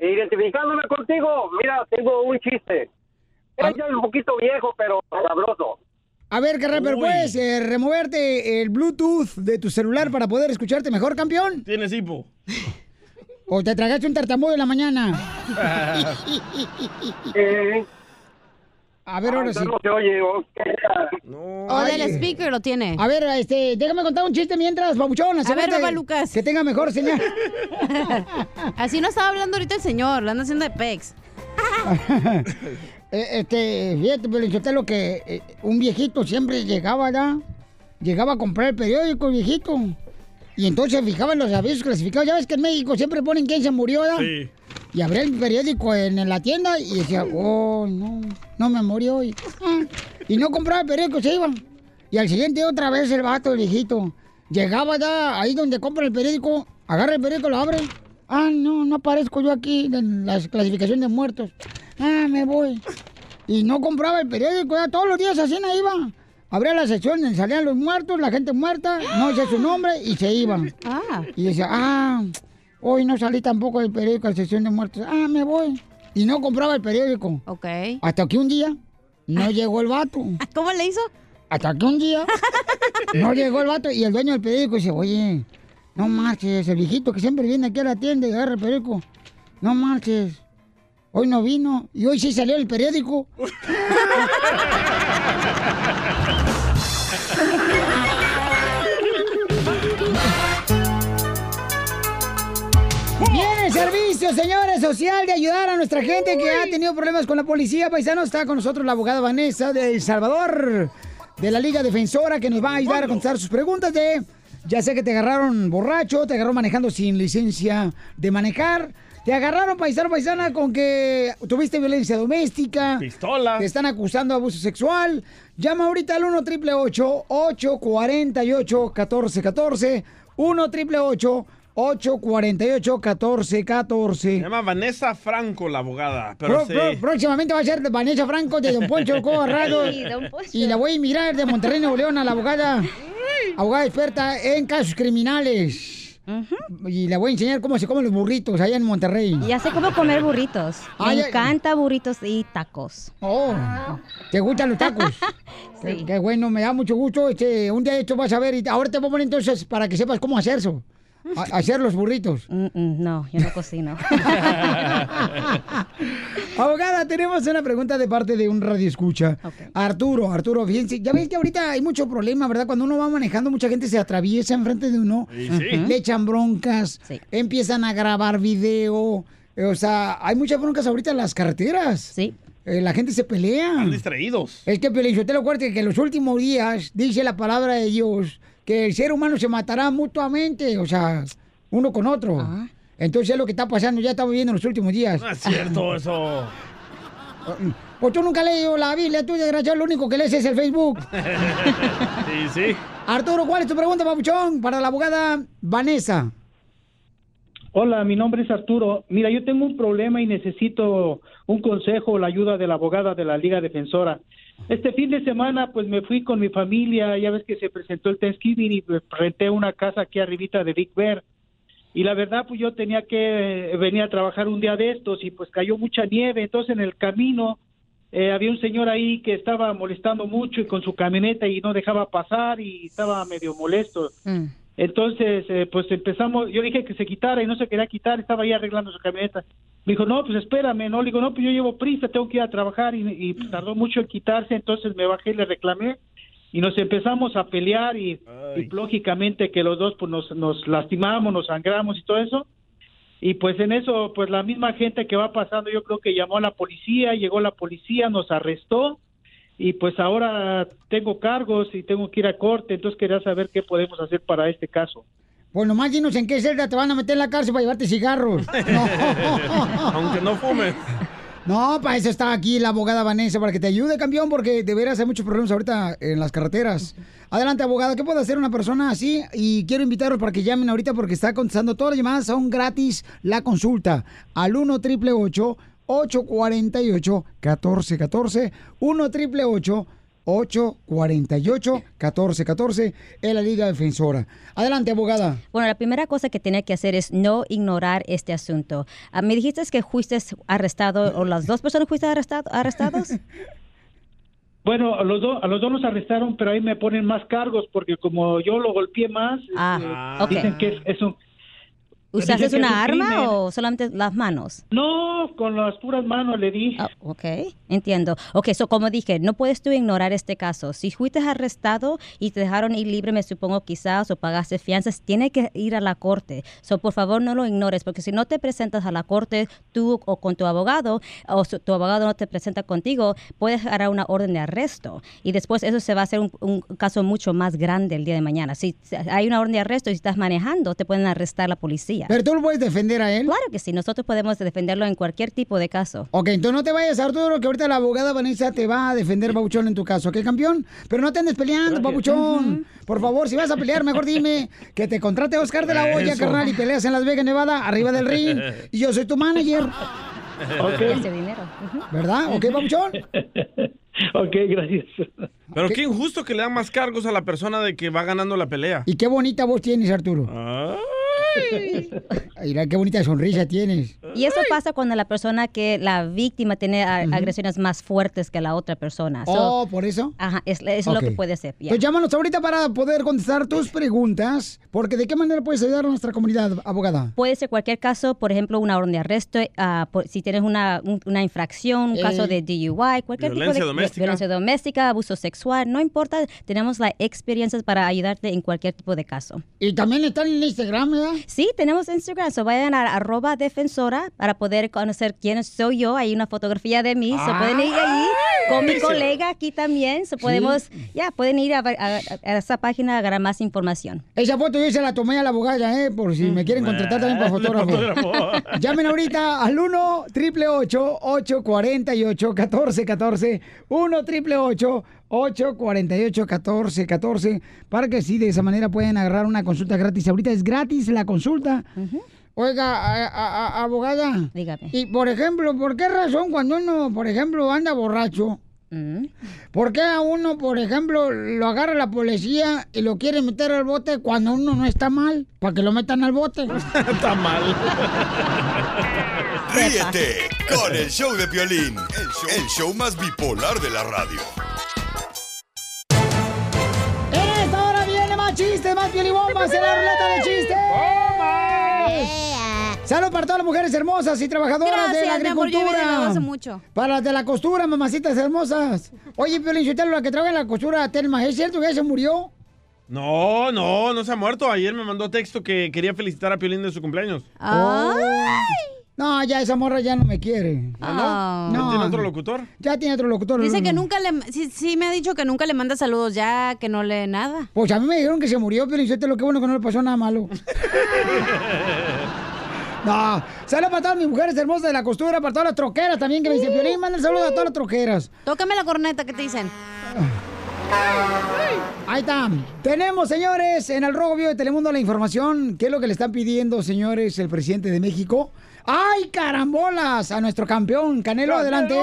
[SPEAKER 19] identificándome contigo. Mira, tengo un chiste. Es ya un poquito viejo, pero sabroso.
[SPEAKER 1] A ver, carnal, pero puedes eh, removerte el Bluetooth de tu celular para poder escucharte mejor, campeón.
[SPEAKER 2] Tienes hipo.
[SPEAKER 1] O te tragaste un tartamudo en la mañana. A ver, ahora sí.
[SPEAKER 4] O del
[SPEAKER 1] Ay.
[SPEAKER 4] speaker lo tiene.
[SPEAKER 1] A ver, este, déjame contar un chiste mientras, babuchón.
[SPEAKER 4] A ver,
[SPEAKER 1] asegúrate
[SPEAKER 4] Lucas.
[SPEAKER 1] Que tenga mejor señal.
[SPEAKER 4] Así no estaba hablando ahorita el señor, lo anda haciendo de pex.
[SPEAKER 1] Eh, este, fíjate, Pelinchotelo, que eh, un viejito siempre llegaba, ¿verdad? Llegaba a comprar el periódico, el viejito. Y entonces fijaba en los avisos clasificados. Ya ves que en México siempre ponen quién se murió, ¿verdad?
[SPEAKER 8] Sí.
[SPEAKER 1] Y abría el periódico en, en la tienda y decía, oh, no, no me murió hoy. Y no compraba el periódico, se iba. Y al siguiente otra vez el vato, el viejito, llegaba ya ahí donde compra el periódico, agarra el periódico, lo abre. Ah, no, no aparezco yo aquí en la clasificación de muertos. Ah, me voy. Y no compraba el periódico, ya todos los días así no iba. Abría la sección, donde salían los muertos, la gente muerta, no decía su nombre y se iba. Y decía, ah, hoy no salí tampoco del periódico a la sección de muertos. Ah, me voy. Y no compraba el periódico.
[SPEAKER 4] Ok. Ah.
[SPEAKER 1] Hasta que un día no llegó el vato.
[SPEAKER 4] ¿Cómo le hizo?
[SPEAKER 1] Hasta que un día no llegó el vato y el dueño del periódico dice, oye, no marches, el viejito que siempre viene aquí a la tienda y agarra el periódico. No marches. Hoy no vino y hoy sí salió el periódico. Viene el servicio, señores, social de ayudar a nuestra gente que ha tenido problemas con la policía. Paisano, está con nosotros la abogada Vanessa de El Salvador, de la Liga Defensora, que nos va a ayudar a contestar sus preguntas de, ya sea que te agarraron borracho, te agarraron manejando sin licencia de manejar, te agarraron paisano, paisana, con que tuviste violencia doméstica.
[SPEAKER 2] Pistola.
[SPEAKER 1] Te están acusando de abuso sexual. Llama ahorita al 1 triple 848 1414 1 triple 848 1414
[SPEAKER 2] Se llama Vanessa Franco, la abogada. Pero
[SPEAKER 1] Pro-
[SPEAKER 2] se...
[SPEAKER 1] pro- próximamente va a ser Vanessa Franco de Don Poncho Coba Radio.
[SPEAKER 8] Sí, Don Poncho.
[SPEAKER 1] y la voy a invitar de Monterrey, Nuevo León, a la abogada. Abogada experta en casos criminales. Y le voy a enseñar cómo se comen los burritos allá en Monterrey.
[SPEAKER 20] Ya sé cómo comer burritos. Me
[SPEAKER 1] Ay, ay.
[SPEAKER 20] encanta burritos y tacos.
[SPEAKER 1] Oh, ¿te gustan los tacos? Qué, qué bueno, me da mucho gusto. Este, un día de esto vas a ver. Y ahora te voy a poner entonces para que sepas cómo hacer eso. A- hacer los burritos.
[SPEAKER 20] Mm, no, yo no cocino.
[SPEAKER 1] Abogada, tenemos una pregunta de parte de un radio escucha. Arturo, Arturo, fíjense, ya ves que ahorita hay mucho problema, ¿verdad? Cuando uno va manejando, mucha gente se atraviesa enfrente de uno,
[SPEAKER 8] Sí, sí.
[SPEAKER 1] le echan broncas, empiezan a grabar video. eh, O sea, hay muchas broncas ahorita en las carreteras. Sí. la gente se pelea.
[SPEAKER 2] Están distraídos.
[SPEAKER 1] Es que Pelín, yo te lo acuerdo que en los últimos días dice la palabra de Dios que el ser humano se matará mutuamente, o sea, uno con otro. Entonces es lo que está pasando, ya estamos viviendo en los últimos días.
[SPEAKER 2] No es cierto eso.
[SPEAKER 1] Pues tú nunca lees la Biblia, tú desgraciado, lo único que lees es el Facebook.
[SPEAKER 2] sí, sí.
[SPEAKER 1] Arturo, ¿cuál es tu pregunta, papuchón? Para la abogada Vanessa.
[SPEAKER 21] Hola, mi nombre es Arturo. Mira, yo tengo un problema y necesito un consejo o la ayuda de la abogada de la Liga Defensora. Este fin de semana, pues me fui con mi familia, ya ves que se presentó el Thanksgiving y pues, renté una casa aquí arribita de Big Bear. Y la verdad, pues yo tenía que eh, venir a trabajar un día de estos y pues cayó mucha nieve. Entonces en el camino eh, había un señor ahí que estaba molestando mucho y con su camioneta y no dejaba pasar y estaba medio molesto. Entonces, eh, pues empezamos, yo le dije que se quitara y no se quería quitar, estaba ahí arreglando su camioneta. Me dijo, no, pues espérame, no, le digo, no, pues yo llevo prisa, tengo que ir a trabajar y, y pues, tardó mucho en quitarse, entonces me bajé y le reclamé y nos empezamos a pelear y, y lógicamente que los dos pues nos, nos lastimamos, nos sangramos y todo eso. Y pues en eso, pues la misma gente que va pasando, yo creo que llamó a la policía, llegó la policía, nos arrestó y pues ahora tengo cargos y tengo que ir a corte, entonces quería saber qué podemos hacer para este caso.
[SPEAKER 1] Pues nomás dinos en qué celda te van a meter en la cárcel para llevarte cigarros. No.
[SPEAKER 2] Aunque no fumes.
[SPEAKER 1] No, para eso está aquí la abogada Vanessa, para que te ayude, campeón, porque de veras hay muchos problemas ahorita en las carreteras. Adelante, abogada, ¿qué puede hacer una persona así? Y quiero invitarlos para que llamen ahorita porque está contestando todas las llamadas, son gratis la consulta al 1 triple 848 1414 1 triple 848 1414 en la Liga Defensora. Adelante, abogada.
[SPEAKER 20] Bueno, la primera cosa que tiene que hacer es no ignorar este asunto. Ah, me dijiste que fuiste arrestado, o las dos personas fuiste arrestado, arrestados.
[SPEAKER 21] Bueno, a los, dos a los dos nos arrestaron, pero ahí me ponen más cargos porque como yo lo golpeé más,
[SPEAKER 20] Ah,
[SPEAKER 21] eh,
[SPEAKER 20] ok.
[SPEAKER 21] dicen que es, es un...
[SPEAKER 20] ¿Usaste
[SPEAKER 21] dicen que es un
[SPEAKER 20] una
[SPEAKER 21] crimen.
[SPEAKER 20] arma o solamente las manos? Ah,
[SPEAKER 21] No, con las puras manos le di.
[SPEAKER 20] ok, entiendo. Ok, so como dije, no puedes tú ignorar este caso. Si fuiste arrestado y te dejaron ir libre, me supongo quizás, o pagaste fianzas, tiene que ir a la corte. So por favor no lo ignores, porque si no te presentas a la corte tú o con tu abogado, o su- tu abogado no te presenta contigo, puedes agarrar una orden de arresto. Y después eso se va a hacer un, un caso mucho más grande el día de mañana. Si si hay una orden de arresto y estás manejando, te pueden arrestar la policía.
[SPEAKER 1] Pero tú lo puedes defender a él.
[SPEAKER 20] Claro que sí, nosotros podemos defenderlo en cualquier tipo de caso.
[SPEAKER 1] Ok, entonces no te vayas, Arturo, que ahorita la abogada Vanessa te va a defender, Babuchón, en tu caso, ¿ok, campeón? Pero no te andes peleando, Babuchón. Por favor, si vas a pelear, mejor dime que te contrate Oscar de la Hoya,
[SPEAKER 8] Eso.
[SPEAKER 1] carnal, y peleas en Las Vegas, Nevada, arriba del ring. Y yo soy tu manager,
[SPEAKER 20] Ese dinero. Ujú.
[SPEAKER 1] ¿verdad? ¿Ok, Babuchón?
[SPEAKER 21] Ok, gracias.
[SPEAKER 2] Pero qué injusto que le dan más cargos a la persona de que va ganando la pelea.
[SPEAKER 1] Y qué bonita voz tienes, Arturo. Mira, qué bonita sonrisa tienes.
[SPEAKER 20] Y eso pasa cuando la persona que la víctima tiene a- agresiones más fuertes que la otra persona.
[SPEAKER 1] oh, por eso.
[SPEAKER 20] Ajá, es, es lo
[SPEAKER 1] Ok.
[SPEAKER 20] que puede ser. ya.
[SPEAKER 1] Entonces llámanos ahorita para poder contestar tus preguntas, porque ¿de qué manera puedes ayudar a nuestra comunidad, abogada?
[SPEAKER 20] Puede ser cualquier caso, por ejemplo, una orden de arresto, ah, por- si tienes una, un- una infracción, un Eh. caso de DUI, cualquier tipo tipo de- de de de violencia doméstica, abuso sexual, no importa, tenemos las experiencias para ayudarte en cualquier tipo de caso.
[SPEAKER 1] Y también están en Instagram, ¿verdad?
[SPEAKER 20] Sí, tenemos Instagram, so vayan a arroba defensora para poder conocer quién soy yo, hay una fotografía de mí, so pueden ir ahí
[SPEAKER 1] Ah,
[SPEAKER 20] con mi dice. colega aquí también, so podemos, ya, pueden ir a, ver- a- a esa página a agarrar más información.
[SPEAKER 1] Esa foto yo se la tomé a la abogada, ¿eh? Por si me quieren contratar también para
[SPEAKER 20] Mm. Ah, de
[SPEAKER 1] fotógrafo.
[SPEAKER 20] fotógrafo.
[SPEAKER 1] Llamen ahorita al 1 888 848 1414 1 888 848 1414 para que sí, de esa manera pueden agarrar una consulta gratis. Ahorita es gratis la consulta. Oiga, a- a- a- abogada.
[SPEAKER 20] Dígame.
[SPEAKER 1] Y por ejemplo, ¿por qué razón cuando uno, por ejemplo, anda borracho? ¿Por qué a uno, por ejemplo, lo agarra la policía y lo quiere meter al bote cuando uno no está mal? Para que lo metan al bote.
[SPEAKER 2] Está mal.
[SPEAKER 7] Ríete con el show de Piolín, el show, el show más bipolar de la radio.
[SPEAKER 1] En esta hora viene más chistes, más piolibombas en la ruleta de chistes. Saludos para todas las mujeres hermosas y trabajadoras de la
[SPEAKER 4] Gracias, mi amor, yo
[SPEAKER 1] agricultura.
[SPEAKER 4] viví de nuevo hace mucho.
[SPEAKER 1] Para las de la costura, mamacitas hermosas. Oye, Piolín Sotelo, la que trabaja en la costura, Telma, ¿es cierto que ella se murió?
[SPEAKER 2] No, no, no se ha muerto. Ayer me mandó texto que quería felicitar a Piolín de su cumpleaños.
[SPEAKER 1] Oh. No, ya esa morra ya no me quiere.
[SPEAKER 4] Ah,
[SPEAKER 2] ¿No
[SPEAKER 1] No.
[SPEAKER 2] tiene otro locutor?
[SPEAKER 1] Ya tiene otro locutor. Mm.
[SPEAKER 4] Dice que
[SPEAKER 1] no.
[SPEAKER 4] nunca le... Sí, sí me ha dicho que nunca le manda saludos ya, que no lee nada.
[SPEAKER 1] Pues a mí me dijeron que se murió, Piolín Sotelo, qué bueno que no le pasó nada malo. No, saludos para todas mis mujeres hermosas de la costura, para todas las troqueras también que me dicen, Piolín, manden saludos a todas las troqueras. Ah.
[SPEAKER 4] Tócame la corneta que te dicen.
[SPEAKER 1] Ahí está. Tenemos, señores, en el robo vivo de Telemundo la información. ¿Qué es lo que le están pidiendo, señores, el presidente de México? ¡Ay, carambolas! A nuestro campeón, Canelo, adelante.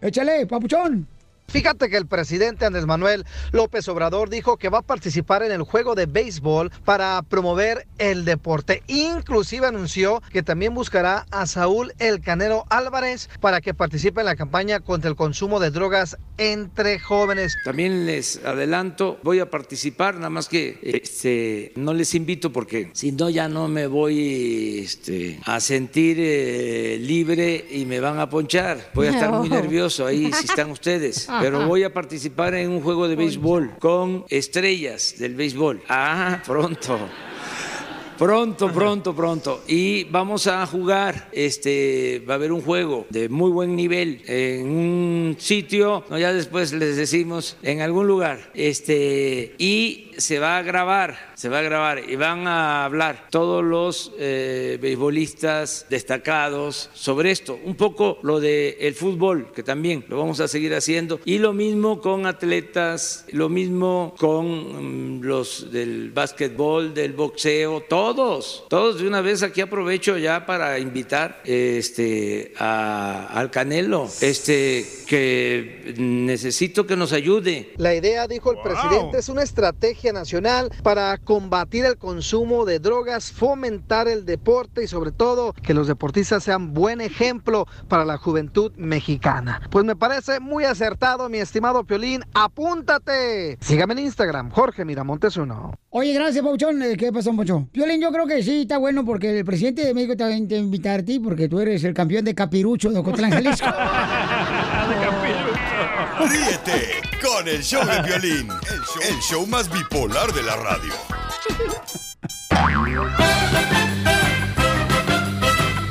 [SPEAKER 1] Échale, papuchón.
[SPEAKER 6] Fíjate que el presidente Andrés Manuel López Obrador dijo que va a participar en el juego de béisbol para promover el deporte. Inclusive anunció que también buscará a Saúl El Canelo Álvarez para que participe en la campaña contra el consumo de drogas entre jóvenes.
[SPEAKER 14] También les adelanto, voy a participar, nada más que este, no les invito porque si no ya no me voy este, a sentir eh, libre y me van a ponchar. Voy a estar muy
[SPEAKER 11] No.
[SPEAKER 14] nervioso ahí si están ustedes. Pero voy a participar en un juego de béisbol con estrellas del béisbol. Ah, pronto. Pronto, pronto, pronto. Y vamos a jugar. Este va a haber un juego de muy buen nivel en un sitio. No, ya después les decimos en algún lugar. Este y se va a grabar, se va a grabar y van a hablar todos los eh, beisbolistas destacados sobre esto. Un poco lo del el fútbol que también lo vamos a seguir haciendo y lo mismo con atletas, lo mismo con mm, los del básquetbol, del boxeo, todos, todos de una vez aquí aprovecho ya para invitar este a, al Canelo, este que necesito que nos ayude.
[SPEAKER 6] La idea, dijo el presidente, es una estrategia nacional para combatir el consumo de drogas, fomentar el deporte y sobre todo que los deportistas sean buen ejemplo para la juventud mexicana. Pues me parece muy acertado, mi estimado Piolín. Apúntate. Sígame en Instagram, Jorge Miramontes uno.
[SPEAKER 1] Oye, gracias, Pauchón. Eh, ¿Qué pasó, Pauchón? Piolín, yo creo que sí, está bueno porque el presidente de México también te va a invitar a ti porque tú eres el campeón de Capirucho de Ocotlán, Jalisco.
[SPEAKER 7] Ríete con el show de violín, el show, el show más bipolar de la radio.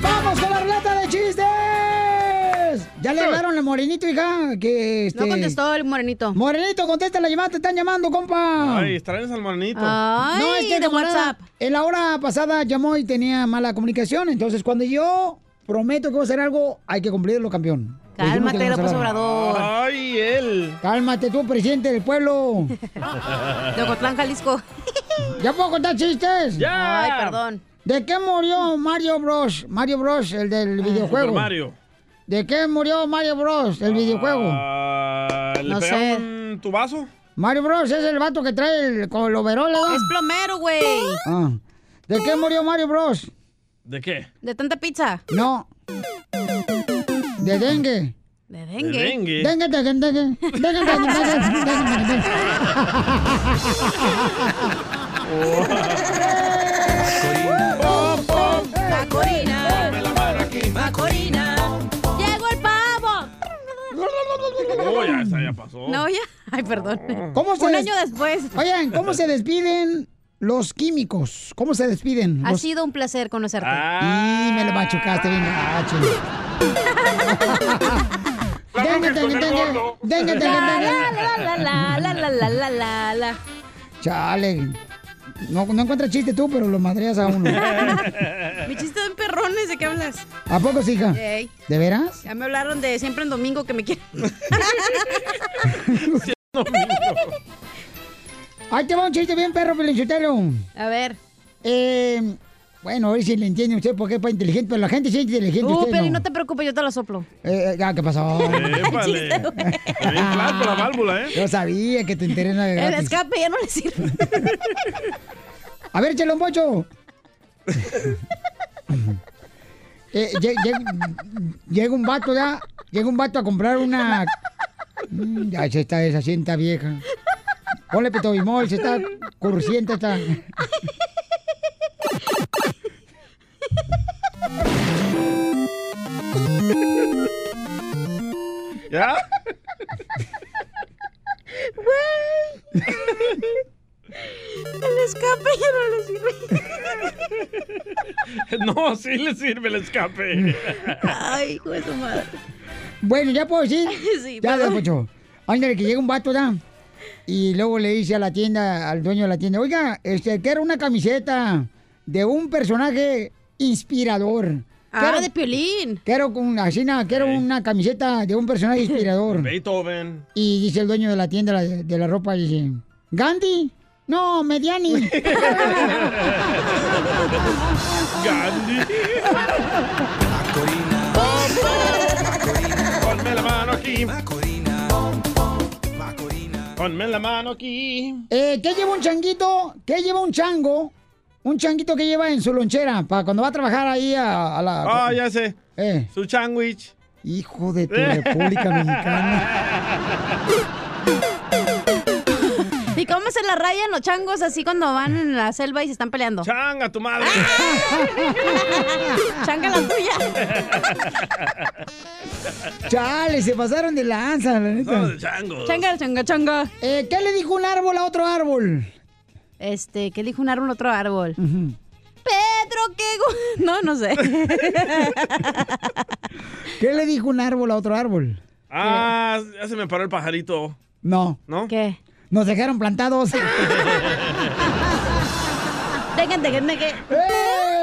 [SPEAKER 1] ¡Vamos con la ruleta de chistes! ¿Ya le hablaron al morenito, hija? Que,
[SPEAKER 4] No contestó
[SPEAKER 1] el morenito. Morenito, contesta la llamada, te están llamando, compa.
[SPEAKER 2] Ay, extrañas al morenito.
[SPEAKER 1] no, es que
[SPEAKER 4] de
[SPEAKER 1] camarada,
[SPEAKER 4] WhatsApp.
[SPEAKER 1] En la hora pasada llamó y tenía mala comunicación. Entonces, cuando yo prometo que voy a hacer algo, hay que cumplirlo, campeón. Le dijimos que
[SPEAKER 4] Cálmate,
[SPEAKER 1] le vamos
[SPEAKER 4] López
[SPEAKER 1] a dar.
[SPEAKER 4] Obrador.
[SPEAKER 2] Ay, él.
[SPEAKER 1] Cálmate tú, presidente del pueblo.
[SPEAKER 4] De Ocotlán, Jalisco.
[SPEAKER 1] ¿Ya puedo contar chistes?
[SPEAKER 4] Ya. Ay, perdón.
[SPEAKER 1] ¿De qué murió Mario Bros? Mario Bros, el del videojuego.
[SPEAKER 2] Ah, Super Mario.
[SPEAKER 1] ¿De qué murió Mario Bros, el videojuego?
[SPEAKER 2] Ah, ¿Le
[SPEAKER 1] Oh. No
[SPEAKER 2] pegaron
[SPEAKER 1] sé.
[SPEAKER 2] un tubazo?
[SPEAKER 1] Mario Bros es el vato que trae el, con el overol, ¿verdad?
[SPEAKER 4] Es plomero, güey.
[SPEAKER 1] Ah. ¿De qué murió Mario Bros?
[SPEAKER 2] ¿De qué?
[SPEAKER 4] De tanta pizza.
[SPEAKER 1] No. De dengue.
[SPEAKER 4] De
[SPEAKER 2] dengue. De dengue.
[SPEAKER 1] Dengue, dengue, dengue. Dengue, dengue, dengue, dengue, dengue, dengue. Oh.
[SPEAKER 2] Oh.
[SPEAKER 4] ¡Llegó el pavo!
[SPEAKER 2] Oh, ya, esa ya pasó.
[SPEAKER 4] No, ya. Ay, perdón.
[SPEAKER 1] ¿Cómo se
[SPEAKER 4] Un
[SPEAKER 1] des-
[SPEAKER 4] año después.
[SPEAKER 1] Oigan, ¿cómo se despiden los químicos? ¿Cómo se despiden?
[SPEAKER 4] Ha
[SPEAKER 1] Los-
[SPEAKER 4] sido un placer conocerte.
[SPEAKER 1] Y me lo machucaste bien gacho. Dengue, dengue, dengue. Dengue, dengue,
[SPEAKER 4] La,
[SPEAKER 1] dengue.
[SPEAKER 4] la, la, la, la, la, la, la, la, la.
[SPEAKER 1] Chale. No, no encuentras chiste tú, pero lo madreas a uno.
[SPEAKER 4] Mi chiste de perrones, ¿de qué hablas?
[SPEAKER 1] ¿A poco sí, hija?
[SPEAKER 4] Ey.
[SPEAKER 1] ¿De veras?
[SPEAKER 4] Ya me hablaron de siempre en domingo que me quieren.
[SPEAKER 1] Ahí te va un chiste bien, perro pelinchutero.
[SPEAKER 4] A ver.
[SPEAKER 1] Eh, bueno, a ver si le entiende usted porque es para inteligente, pero la gente sí es inteligente.
[SPEAKER 4] Uh,
[SPEAKER 1] usted
[SPEAKER 4] Peli,
[SPEAKER 1] no.
[SPEAKER 4] no te preocupes, yo te lo soplo.
[SPEAKER 1] Eh, ah, ¿qué pasó?
[SPEAKER 2] Épale. Está bien flaco la válvula, ¿eh?
[SPEAKER 1] Yo sabía que te interesa de
[SPEAKER 4] El
[SPEAKER 1] gratis.
[SPEAKER 4] escape ya no le sirve.
[SPEAKER 1] A ver, échale un bocho. Eh, lle- lle- llega un vato ya, llega un vato a comprar una... Mm, Ya se está deshacienta vieja. Ponle pitobimol, se está cursienta, está...
[SPEAKER 8] Güey. El escape ya no le sirve.
[SPEAKER 2] No, sí le sirve el escape.
[SPEAKER 4] Ay, hijo de su madre.
[SPEAKER 1] Bueno, ¿ya puedo decir?
[SPEAKER 4] Sí,
[SPEAKER 1] ya,
[SPEAKER 4] puedo.
[SPEAKER 1] Don Poncho. Ándale, que llega un vato, ¿da? Y luego le dice a la tienda, al dueño de la tienda, oiga, este, quiero una camiseta de un personaje inspirador.
[SPEAKER 4] Ah, de Piolín.
[SPEAKER 1] Quiero, con- así, na, quiero una camiseta de un personaje inspirador.
[SPEAKER 2] Beethoven.
[SPEAKER 1] Y dice el dueño de la tienda la- de la ropa, dice, ¿Gandhi? No, Mediani.
[SPEAKER 8] Gandhi.
[SPEAKER 2] Ponme la mano aquí. Ponme la mano aquí.
[SPEAKER 1] Eh, ¿Qué lleva un changuito? ¿Qué lleva un chango? Un changuito que lleva en su lonchera para cuando va a trabajar ahí a, a la...
[SPEAKER 2] Ah, ya sé.
[SPEAKER 1] Eh.
[SPEAKER 2] Su sandwich.
[SPEAKER 1] Hijo de tu República Mexicana.
[SPEAKER 4] ¿Y cómo se la rayan los changos así cuando van en la selva y se están peleando?
[SPEAKER 2] ¡Changa, tu madre!
[SPEAKER 4] ¡Ah! ¡Changa la tuya!
[SPEAKER 1] Chale, se pasaron de lanza, la neta.
[SPEAKER 2] Son changos.
[SPEAKER 4] Changa, changa, changa.
[SPEAKER 1] Eh, ¿Qué le dijo un árbol a otro árbol?
[SPEAKER 4] Este, ¿qué le dijo un árbol a otro árbol? Pedro, qué... gu- No, no sé.
[SPEAKER 1] ¿Qué le dijo un árbol a otro árbol?
[SPEAKER 2] Ah, ya se me paró el pajarito.
[SPEAKER 1] No.
[SPEAKER 2] ¿No?
[SPEAKER 4] ¿Qué?
[SPEAKER 1] Nos dejaron plantados.
[SPEAKER 4] Dejen, dejen, dejen.
[SPEAKER 1] ¡Eh!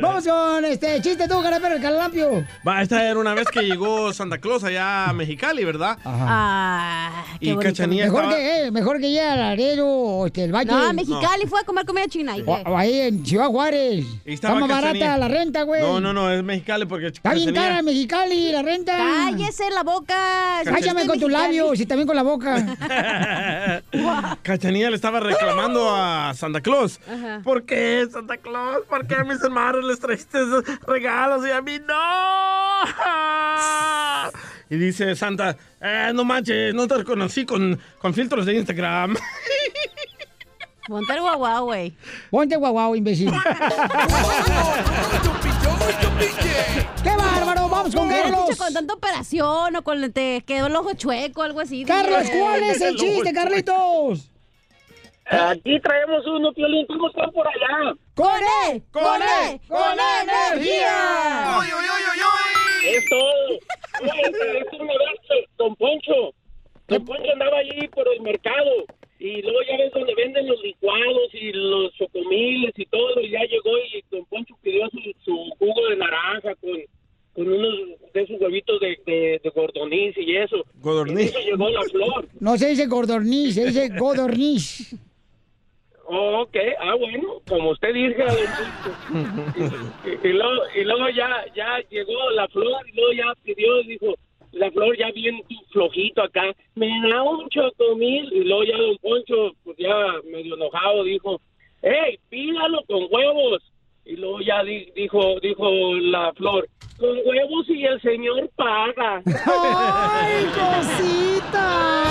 [SPEAKER 1] Vamos con este chiste tú, pero el calampio.
[SPEAKER 2] Va, esta era una vez que llegó Santa Claus allá a Mexicali, ¿verdad?
[SPEAKER 4] Ah,
[SPEAKER 2] Y Cachanilla
[SPEAKER 1] mejor
[SPEAKER 2] estaba-
[SPEAKER 1] que, eh, mejor que ya Laredo o este, el Valle.
[SPEAKER 4] No, a Mexicali fue a comer comida china. ¿y
[SPEAKER 1] O,
[SPEAKER 4] qué?
[SPEAKER 1] o ahí en Ciudad Juárez.
[SPEAKER 2] Y
[SPEAKER 1] Está
[SPEAKER 2] estaba
[SPEAKER 1] más
[SPEAKER 2] Cachanilla.
[SPEAKER 1] barata la renta, güey.
[SPEAKER 2] No, no, no, es Mexicali porque
[SPEAKER 1] Está bien
[SPEAKER 2] Cachanilla-
[SPEAKER 1] cara en Mexicali la renta.
[SPEAKER 4] Cállese la boca.
[SPEAKER 1] Cállame con tus labios y también con la boca.
[SPEAKER 2] Cachanilla le estaba reclamando a Santa Claus.
[SPEAKER 8] Ajá.
[SPEAKER 2] ¿Por qué, Santa Claus? ¿Por qué a mis hermanos les trajiste esos regalos y a mí no? Y dice Santa, "Eh, no manches, no te reconocí con, con filtros de Instagram.
[SPEAKER 4] Ponte el guaguá, güey.
[SPEAKER 1] Ponte guau, imbécil. ¡Qué bárbaro! ¡Vamos con
[SPEAKER 4] Hubieras
[SPEAKER 1] Carlos!
[SPEAKER 4] dicho Con tanta operación o con te quedó el ojo chueco algo así.
[SPEAKER 1] Carlos,
[SPEAKER 4] dile.
[SPEAKER 1] ¿cuál es el chiste, Carlitos?
[SPEAKER 19] Aquí traemos uno, Piolín. ¿Cómo están por allá?
[SPEAKER 1] ¡Con
[SPEAKER 19] él!
[SPEAKER 8] ¡Con él! ¡Con E energía!
[SPEAKER 19] E! ¡Uy, uy, uy, uy, uy! Esto es una vez que Don Poncho. Don Poncho andaba allí por el mercado. Y luego ya ves donde venden los licuados y los chocomiles y todo. Y ya llegó y Don Poncho pidió su, su jugo de naranja con, con unos de esos huevitos de, de, de gordoniz y eso.
[SPEAKER 2] Gordoniz.
[SPEAKER 19] Y eso llegó la flor.
[SPEAKER 1] No se dice gordorniz, se dice godorniz.
[SPEAKER 19] Oh, ok, ah, bueno, como usted dice, don Poncho. y, y luego, y luego ya, ya llegó la flor y luego ya pidió, dijo, la flor ya bien flojito acá, me da un chocomil. Y luego ya don Poncho, pues ya medio enojado, dijo, hey, pídalo con huevos. Y luego ya di- dijo, dijo la flor, con huevos y el señor paga.
[SPEAKER 1] ¡Ay, cosita!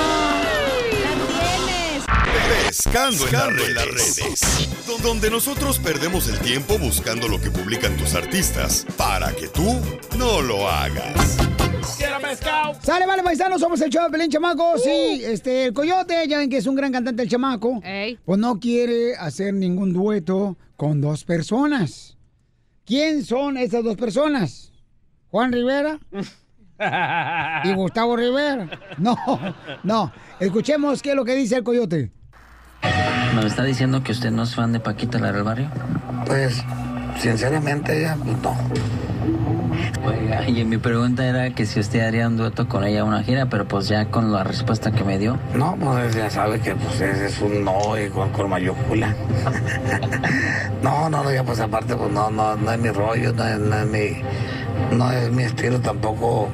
[SPEAKER 7] Pescando en las redes. Do- Donde nosotros perdemos el tiempo buscando lo que publican tus artistas para que tú no lo hagas.
[SPEAKER 2] ¡Quiero pescado! Uh.
[SPEAKER 1] Sale, vale, paisanos, somos el show de Pelín Chamaco. Sí, este, el Coyote, ya ven que es un gran cantante el chamaco. Pues no quiere hacer ningún dueto con dos personas. ¿Quién son esas dos personas? ¿Juan Rivera y Gustavo Rivera? No, no. Escuchemos qué es lo que dice el Coyote.
[SPEAKER 22] ¿Me está diciendo que usted no es fan de Paquita la del barrio? Pues, sinceramente, ya, no. y mi pregunta era que si usted haría un dueto con ella una gira, pero pues ya con la respuesta que me dio.
[SPEAKER 3] No, pues ya sabe que pues, ese es un no y con, con mayúscula. no, no, no, ya pues aparte pues no, no, no es mi rollo, no es, no es mi, no es mi estilo tampoco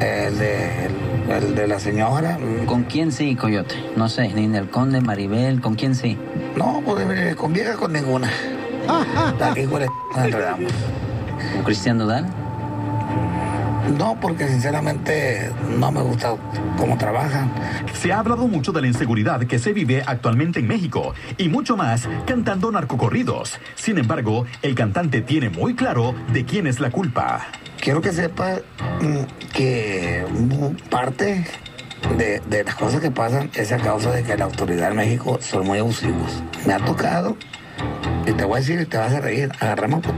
[SPEAKER 3] eh, el de, el- el de la señora.
[SPEAKER 22] ¿Con quién sí, Coyote? No sé, ni el Conde, Maribel, ¿con quién sí?
[SPEAKER 3] No, pues mire, con vieja con ninguna. Aquí con el nos enredamos.
[SPEAKER 22] ¿Con Cristian Dudal?
[SPEAKER 3] No, porque sinceramente no me gusta cómo trabajan.
[SPEAKER 5] Se ha hablado mucho de la inseguridad que se vive actualmente en México y mucho más cantando narcocorridos. Sin embargo, el cantante tiene muy claro de quién es la culpa.
[SPEAKER 3] Quiero que sepa mm, que mm, parte de, de las cosas que pasan es a causa de que la autoridad en México son muy abusivos. Me ha tocado, y te voy a decir, y te vas a reír, agarramos p-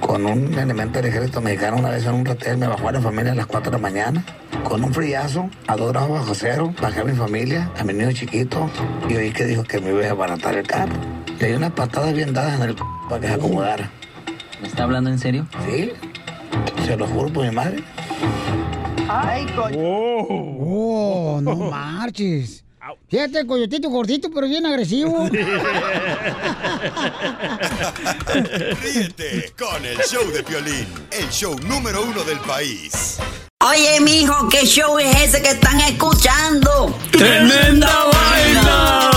[SPEAKER 3] con un elemento del ejército mexicano una vez en un hotel, me bajó a la familia a las 4 de la mañana, con un frillazo, a dos grados bajo cero, bajé a mi familia, a mi niño chiquito, y oí que dijo que me iba a abaratar el carro. Le di unas patadas bien dadas en el c- para que se acomodara.
[SPEAKER 9] ¿Me está hablando en serio?
[SPEAKER 3] Sí, se lo juro por mi madre.
[SPEAKER 1] ¡Ay, ¡Oh! ¡No marches! Fíjate, coyotito gordito, pero bien agresivo.
[SPEAKER 7] Ríete con el show de Piolín, el show número uno del país.
[SPEAKER 22] Oye, mijo, ¿qué show es ese que están escuchando?
[SPEAKER 8] ¡Tremenda
[SPEAKER 22] vaina!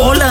[SPEAKER 22] Hola